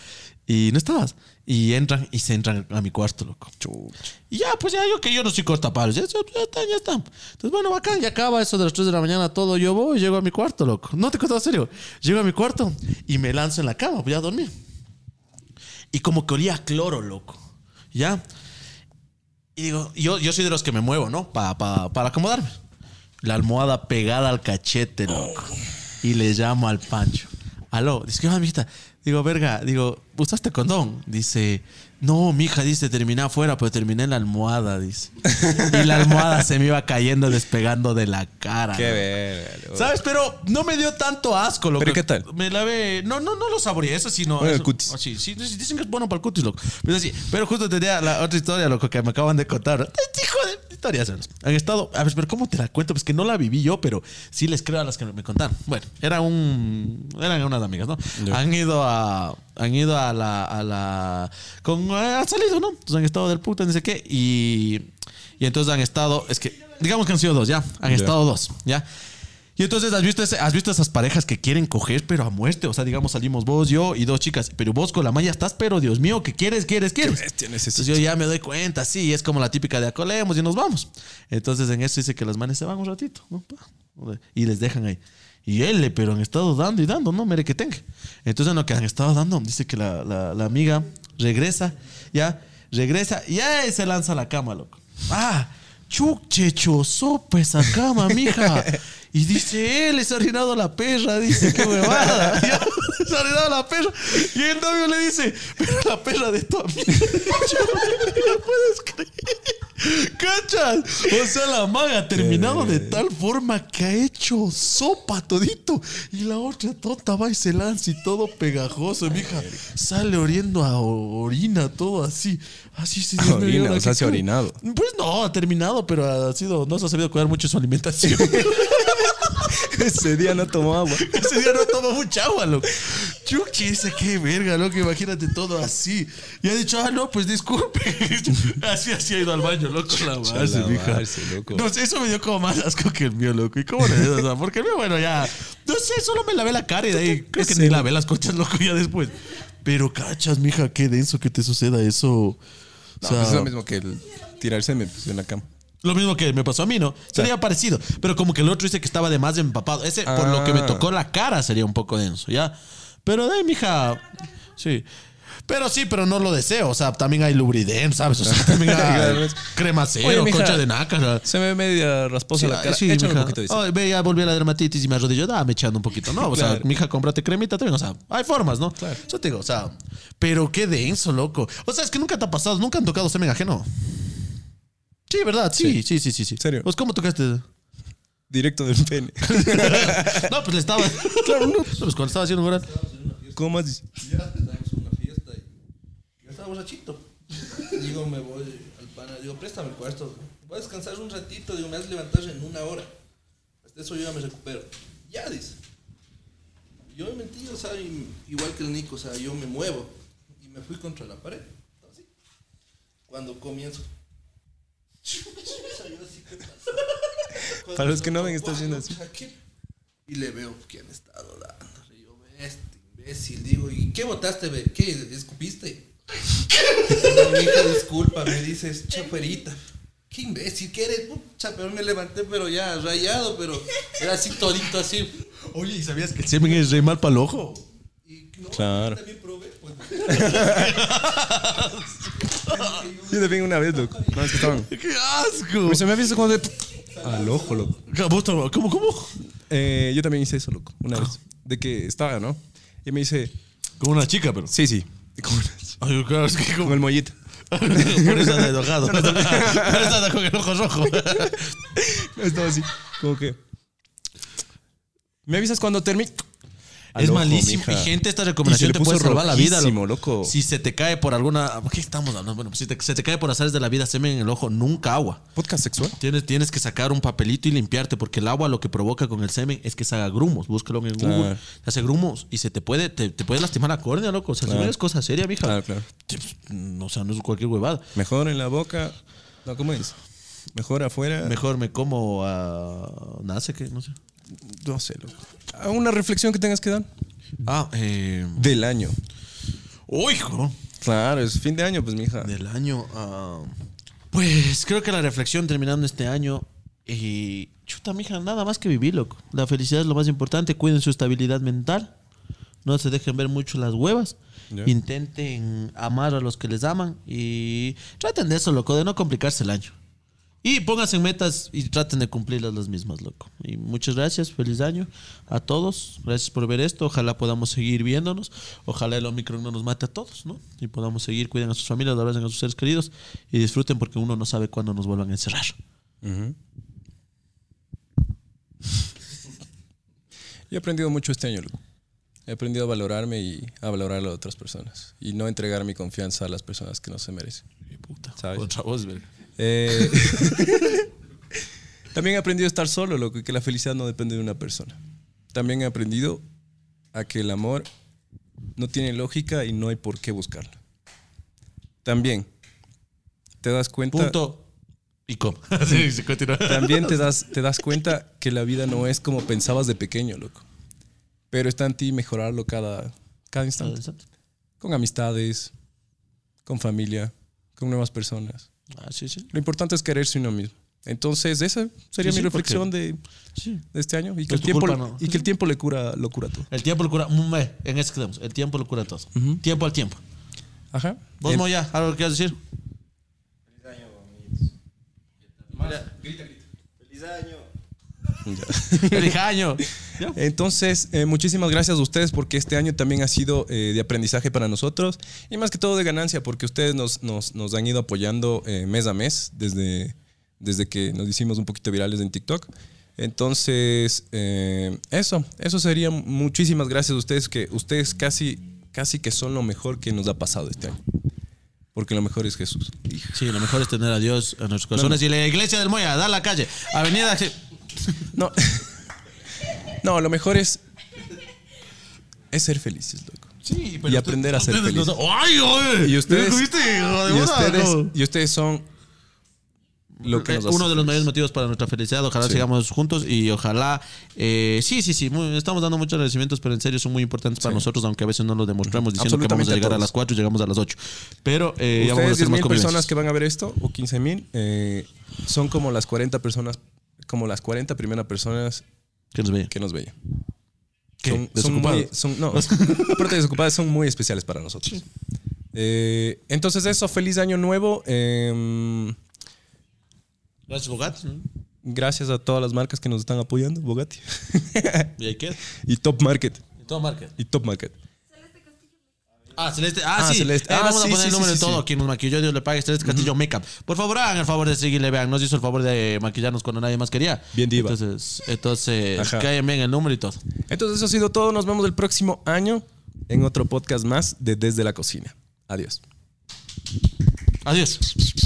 [SPEAKER 2] Y no estabas. Y entran y se entran a mi cuarto, loco.
[SPEAKER 1] Chuch.
[SPEAKER 2] Y ya, pues ya yo que yo no soy cortapalos. Ya, ya, ya está, ya está. Entonces, bueno, bacán, ya acaba eso de las 3 de la mañana, todo. Yo voy, llego a mi cuarto, loco. No te contaba serio. Llego a mi cuarto y me lanzo en la cama, voy a dormir. Y como que olía a cloro, loco. ¿Ya? Y digo, yo, yo soy de los que me muevo, ¿no? Pa- pa- para acomodarme. La almohada pegada al cachete, loco. Y le llamo al Pancho. Aló, dice, ¿qué más, mijita? Digo, verga, digo, ¿usaste condón? Dice, no, mija, dice, terminé afuera, pero terminé en la almohada, dice. Y la almohada se me iba cayendo, despegando de la cara.
[SPEAKER 1] Qué
[SPEAKER 2] loco.
[SPEAKER 1] ver.
[SPEAKER 2] ¿Sabes? Pero no me dio tanto asco, loco.
[SPEAKER 1] ¿Pero qué tal?
[SPEAKER 2] Me lavé. No, no, no lo saboreé, eso sí, no.
[SPEAKER 1] Bueno, el
[SPEAKER 2] eso-
[SPEAKER 1] cutis.
[SPEAKER 2] ah, sí, sí, sí, dicen que es bueno para el cutis, loco. Pero, sí, pero justo tenía la otra historia, loco, que me acaban de contar. Este Hijo de historias, ¿sabes? Han estado. A ver, pero ¿cómo te la cuento? Pues que no la viví yo, pero sí les creo a las que me contaron. Bueno, era un. Eran unas amigas, ¿no? Han ido a. Han ido a la. A la con, han salido, ¿no? Entonces han estado del puto, no sé qué. Y. Y entonces han estado. Es que. Digamos que han sido dos, ya. Han
[SPEAKER 1] Ya.
[SPEAKER 2] estado dos, ya. Y entonces has visto, ese- has visto esas parejas que quieren coger, pero a muerte. O sea, digamos, salimos vos, yo y dos chicas. Pero vos con la malla estás, pero Dios mío, que quieres, quieres, quieres.
[SPEAKER 1] bestia
[SPEAKER 2] Entonces
[SPEAKER 1] necesito.
[SPEAKER 2] yo ya me doy cuenta, sí, es como la típica de acolemos y nos vamos. Entonces en eso dice que las manes se van un ratito, ¿no? Pa, Y les dejan ahí. Y él, pero han estado dando y dando, no, mere que tenga. Entonces en lo que han estado dando, dice que la, la- la amiga regresa, ya, regresa, y ahí se lanza a la cama, loco. ¡Ah! Chuche, chosopa esa cama, mija. Y dice, él les ha arruinado la perra. Dice, qué
[SPEAKER 1] *laughs*
[SPEAKER 2] huevada. Ya, les ha arruinado la perra. Y el novio le dice, pero la perra de tu amiga. *laughs* Yo no lo puedes creer. ¿Cachas? O sea, la maga ha terminado de tal forma que ha hecho sopa todito. Y la otra tonta va y se lanza y todo pegajoso, mija. Sale oriendo a orina, todo así. Así se
[SPEAKER 1] Orina,
[SPEAKER 2] Dios mío,
[SPEAKER 1] o
[SPEAKER 2] la
[SPEAKER 1] sea,
[SPEAKER 2] que
[SPEAKER 1] se ha
[SPEAKER 2] creo.
[SPEAKER 1] orinado.
[SPEAKER 2] Pues no, ha terminado, pero ha sido, no se ha sabido cuidar mucho su alimentación. *laughs* Ese
[SPEAKER 1] *laughs* Ese día no tomó agua.
[SPEAKER 2] día no tomó mucha agua, loco. Chucky dice, qué verga, loco, imagínate todo así. Y ha dicho, ah, no, pues disculpe. *laughs* así, así ha ido al baño, loco, la base, mija.
[SPEAKER 1] lavarse, loco.
[SPEAKER 2] No sé, eso me dio como más asco que el mío, loco. ¿Y cómo le dio? O sea, porque el mío, bueno, ya. No sé, solo me lavé la cara y de ahí. Creo que ni lavé las conchas, loco, ya después. Pero cachas, mija, qué denso que te suceda eso. O
[SPEAKER 1] No,
[SPEAKER 2] sea,
[SPEAKER 1] pues es lo mismo que el tirarse me puse en la cama.
[SPEAKER 2] lo mismo que me pasó a mí, ¿no? Sería parecido. Pero como que el otro dice que estaba de más empapado. Ese, por lo que me
[SPEAKER 1] Ah.
[SPEAKER 2] tocó la cara, sería un poco denso, ¿ya? Pero de ahí, mija. Sí. Pero sí, pero no lo deseo. O sea, también hay lubridem, ¿sabes? O sea,
[SPEAKER 1] *laughs*
[SPEAKER 2] también hay crema cero,
[SPEAKER 1] Oye, mija,
[SPEAKER 2] concha de nácar.
[SPEAKER 1] Se me ve media rasposa la cara.
[SPEAKER 2] Sí,
[SPEAKER 1] Échame
[SPEAKER 2] mija.
[SPEAKER 1] un poquito de eso.
[SPEAKER 2] Ay, ve, ya volví a la dermatitis y me arrodilló. Dame echando un poquito, ¿no? O sea,
[SPEAKER 1] Claro.
[SPEAKER 2] mija, cómprate cremita también. O sea, hay formas, ¿no?
[SPEAKER 1] Claro.
[SPEAKER 2] Eso te digo, o sea, pero qué denso, loco. O sea, es que nunca te ha pasado, nunca han tocado semen ajeno. Sí, ¿verdad? Sí, sí, sí, sí. sí.
[SPEAKER 1] ¿Serio?
[SPEAKER 2] Pues, ¿cómo tocaste? No,
[SPEAKER 1] Directo del *laughs* pene.
[SPEAKER 2] pues le estaba. *laughs* claro, no. Pues cuando estaba haciendo oral.
[SPEAKER 1] ¿Cómo has
[SPEAKER 4] Ya estábamos en una fiesta y yo estaba borrachito. *laughs* Digo, me voy al pana, digo, préstame el cuarto, voy a descansar un ratito, digo, me vas a levantar en una hora. Hasta eso yo ya me recupero. Ya dice. Yo me mentí, o sea, y- igual que el Nico, o sea, yo me muevo y me fui contra la pared. Así. Cuando comienzo. O sea, yo así, ¿qué pasó? Cuando
[SPEAKER 1] Para los que no ven,
[SPEAKER 4] toco,
[SPEAKER 1] está haciendo
[SPEAKER 4] "Guau,
[SPEAKER 1] así".
[SPEAKER 4] o sea, ¿qué? Y le veo que han estado dando. Yo, "Ve, este imbécil, digo, ¿y qué votaste, ve? ¿Qué? ¿Escupiste? Mi hija, disculpa, me dices, chaperita. Qué imbécil que eres, pucha, pero me levanté, pero ya rayado, pero era así todito, así.
[SPEAKER 2] Oye, ¿y sabías que el semen es re mal para el ojo?
[SPEAKER 4] Y no,
[SPEAKER 1] Claro.
[SPEAKER 4] también probé, pues.
[SPEAKER 1] Yo te vi una vez, loco. No, es que *laughs* estaban.
[SPEAKER 2] ¡Qué asco!
[SPEAKER 1] Se me ha visto como de. Al ojo, loco.
[SPEAKER 2] ¿Vos te- ¿Cómo, cómo?
[SPEAKER 1] Eh, yo también hice eso, loco, una vez. De que estaba, ¿no? Y me dice,
[SPEAKER 2] Como una chica, pero.
[SPEAKER 1] sí, sí. Y *laughs* Con, con
[SPEAKER 2] Ay, claro, es que como.
[SPEAKER 1] el mollito.
[SPEAKER 2] *laughs* Por eso anda enojado. Por eso anda con el ojo rojo.
[SPEAKER 1] Estaba así, como que. ¿Me avisas cuando termine? Al
[SPEAKER 2] es
[SPEAKER 1] ojo,
[SPEAKER 2] malísimo.
[SPEAKER 1] Ah, mija.
[SPEAKER 2] Y gente, esta
[SPEAKER 1] Y se
[SPEAKER 2] recomendación
[SPEAKER 1] le
[SPEAKER 2] te
[SPEAKER 1] puso
[SPEAKER 2] puede salvar la vida.
[SPEAKER 1] rojísimo, loco.
[SPEAKER 2] Si se te cae por alguna. ¿Qué estamos hablando? Bueno, si te- se te cae por azares de la vida semen en el ojo, nunca agua.
[SPEAKER 1] ¿Podcast sexual?
[SPEAKER 2] Tienes, tienes que sacar un papelito y limpiarte, porque el agua lo que provoca con el semen es que se haga grumos. Búscalo en Google.
[SPEAKER 1] Claro.
[SPEAKER 2] Se hace grumos y se te puede, te, te puede lastimar la córnea, loco. O sea, el
[SPEAKER 1] Claro.
[SPEAKER 2] semen es cosa seria, mija.
[SPEAKER 1] Claro, claro.
[SPEAKER 2] Te- O sea, no es cualquier huevada.
[SPEAKER 1] Mejor en la boca. No, ¿cómo es? Mejor afuera.
[SPEAKER 2] Mejor me como a. Nace que, no sé.
[SPEAKER 1] No sé, loco. Ah, Una reflexión que tengas que dar
[SPEAKER 2] Ah, eh.
[SPEAKER 1] del año.
[SPEAKER 2] ¡Uy, hijo!
[SPEAKER 1] Claro, es fin de año, pues, mija.
[SPEAKER 2] del año. ah, pues creo que la reflexión terminando este año. Y chuta, mija, nada más que vivir, loco. La felicidad es lo más importante. Cuiden su estabilidad mental. No se dejen ver mucho las huevas.
[SPEAKER 1] Ya.
[SPEAKER 2] Intenten amar a los que les aman. Y traten de eso, loco, de no complicarse el año. Y pónganse metas y traten de cumplirlas las mismas, loco. Y muchas gracias, feliz año a todos. Gracias por ver esto. Ojalá podamos seguir viéndonos. Ojalá el Omicron no nos mate a todos, ¿no? Y podamos seguir, cuiden a sus familias, abracen a sus seres queridos y disfruten porque uno no sabe cuándo nos vuelvan a encerrar.
[SPEAKER 1] Ujú. Yo he aprendido mucho este año, loco. He aprendido a valorarme y a valorar a otras personas. Y no entregar mi confianza a las personas que no se merecen.
[SPEAKER 2] Puta,
[SPEAKER 1] ¿Sabes?
[SPEAKER 2] contra vos, verga.
[SPEAKER 1] Eh, *laughs* también he aprendido a estar solo, loco, y que la felicidad no depende de una persona. También he aprendido a que el amor no tiene lógica y no hay por qué buscarla. También te das cuenta.
[SPEAKER 2] Punto y coma. *laughs* sí, se continúa.
[SPEAKER 1] También te das, te das cuenta que la vida no es como pensabas de pequeño, loco. Pero está en ti mejorarlo cada, cada instante. Con amistades, con familia, con nuevas personas.
[SPEAKER 2] Ah, sí, sí.
[SPEAKER 1] Lo importante es quererse uno mismo. Entonces, esa sería
[SPEAKER 2] Sí,
[SPEAKER 1] mi
[SPEAKER 2] sí,
[SPEAKER 1] reflexión de,
[SPEAKER 2] sí.
[SPEAKER 1] de este año. Y que, el
[SPEAKER 2] No es tu
[SPEAKER 1] tiempo,
[SPEAKER 2] culpa, no.
[SPEAKER 1] y que el tiempo le cura, lo cura todo.
[SPEAKER 2] El tiempo lo cura. un mes, En eso quedamos. El tiempo lo cura todo. Tiempo al tiempo.
[SPEAKER 1] Ajá.
[SPEAKER 2] Vos,
[SPEAKER 1] Eh,
[SPEAKER 2] Moya, ¿algo que quieras *laughs* decir?
[SPEAKER 5] Feliz año.
[SPEAKER 2] *laughs* ¡Feliz año!
[SPEAKER 1] Entonces, eh, muchísimas gracias a ustedes porque este año también ha sido eh, de aprendizaje para nosotros y más que todo de ganancia porque ustedes nos, nos- nos han ido apoyando eh, mes a mes desde, desde que nos hicimos un poquito virales en TikTok. Entonces, eh, eso, eso sería muchísimas gracias a ustedes que ustedes casi, casi que son lo mejor que nos ha pasado este año. Porque lo mejor es Jesús.
[SPEAKER 2] Sí, lo mejor es tener a Dios en nuestros corazones. Y la iglesia del Moya, da la calle. Avenida. sí.
[SPEAKER 1] *laughs* No, no lo mejor es, es ser felices, loco.
[SPEAKER 2] Sí,
[SPEAKER 1] Y aprender a ser
[SPEAKER 2] ustedes no
[SPEAKER 1] feliz.
[SPEAKER 2] son- ¡Ay, oye!
[SPEAKER 1] Y ustedes-
[SPEAKER 2] ¿Viste? hijo de
[SPEAKER 1] Y
[SPEAKER 2] una,
[SPEAKER 1] ustedes,
[SPEAKER 2] no?
[SPEAKER 1] y ustedes son lo que
[SPEAKER 2] Eh,
[SPEAKER 1] nos hace
[SPEAKER 2] uno de los
[SPEAKER 1] feliz.
[SPEAKER 2] mayores motivos para nuestra felicidad. Ojalá
[SPEAKER 1] Sí.
[SPEAKER 2] sigamos juntos y ojalá. eh, sí, sí, sí. muy- estamos dando muchos agradecimientos, pero en serio son muy importantes para
[SPEAKER 1] Sí.
[SPEAKER 2] nosotros, aunque a veces no lo demostremos diciendo que vamos
[SPEAKER 1] Absolutamente
[SPEAKER 2] a
[SPEAKER 1] a
[SPEAKER 2] llegar a,
[SPEAKER 1] todos.
[SPEAKER 2] las 4 y llegamos a las 8. Pero eh, ya vamos a
[SPEAKER 1] Ustedes,
[SPEAKER 2] hacer más
[SPEAKER 1] 10.000 personas
[SPEAKER 2] convivencias.
[SPEAKER 1] que van a ver esto, o 15.000, eh, son como las 40 personas, como las 40 primeras personas
[SPEAKER 2] Que nos vean.
[SPEAKER 1] que nos veían.
[SPEAKER 2] ¿Qué?
[SPEAKER 1] Son, son
[SPEAKER 2] ¿Desocupados?
[SPEAKER 1] muy, son-
[SPEAKER 2] *laughs*
[SPEAKER 1] no, aparte de desocupadas, son muy especiales para nosotros. Eh, entonces eso, feliz año nuevo. em,
[SPEAKER 2] Gracias, ¿Mm? Bogat.
[SPEAKER 1] gracias a todas las marcas que nos están apoyando, Bogatti.
[SPEAKER 2] ¿Y ahí queda.
[SPEAKER 1] *laughs* y Top Market.
[SPEAKER 2] Y todo marca.
[SPEAKER 1] Y Top Market.
[SPEAKER 2] Ah, Celeste. Ah,
[SPEAKER 1] Ah,
[SPEAKER 2] sí.
[SPEAKER 1] Celeste.
[SPEAKER 2] Eh,
[SPEAKER 1] Ah,
[SPEAKER 2] vamos a
[SPEAKER 1] sí,
[SPEAKER 2] poner
[SPEAKER 1] sí,
[SPEAKER 2] el nombre
[SPEAKER 1] sí,
[SPEAKER 2] de
[SPEAKER 1] sí,
[SPEAKER 2] todo.
[SPEAKER 1] sí.
[SPEAKER 2] Quien nos maquilló, Dios le pague. Celeste Castillo Makeup. Por favor, hagan el favor de seguirle. Vean, nos hizo el favor de maquillarnos cuando nadie más quería.
[SPEAKER 1] Bien diva.
[SPEAKER 2] Entonces, entonces
[SPEAKER 1] Ajá.
[SPEAKER 2] caigan bien el número y todo.
[SPEAKER 1] Entonces eso ha sido todo. Nos vemos el próximo año en otro podcast más de Desde la Cocina. Adiós.
[SPEAKER 2] Adiós.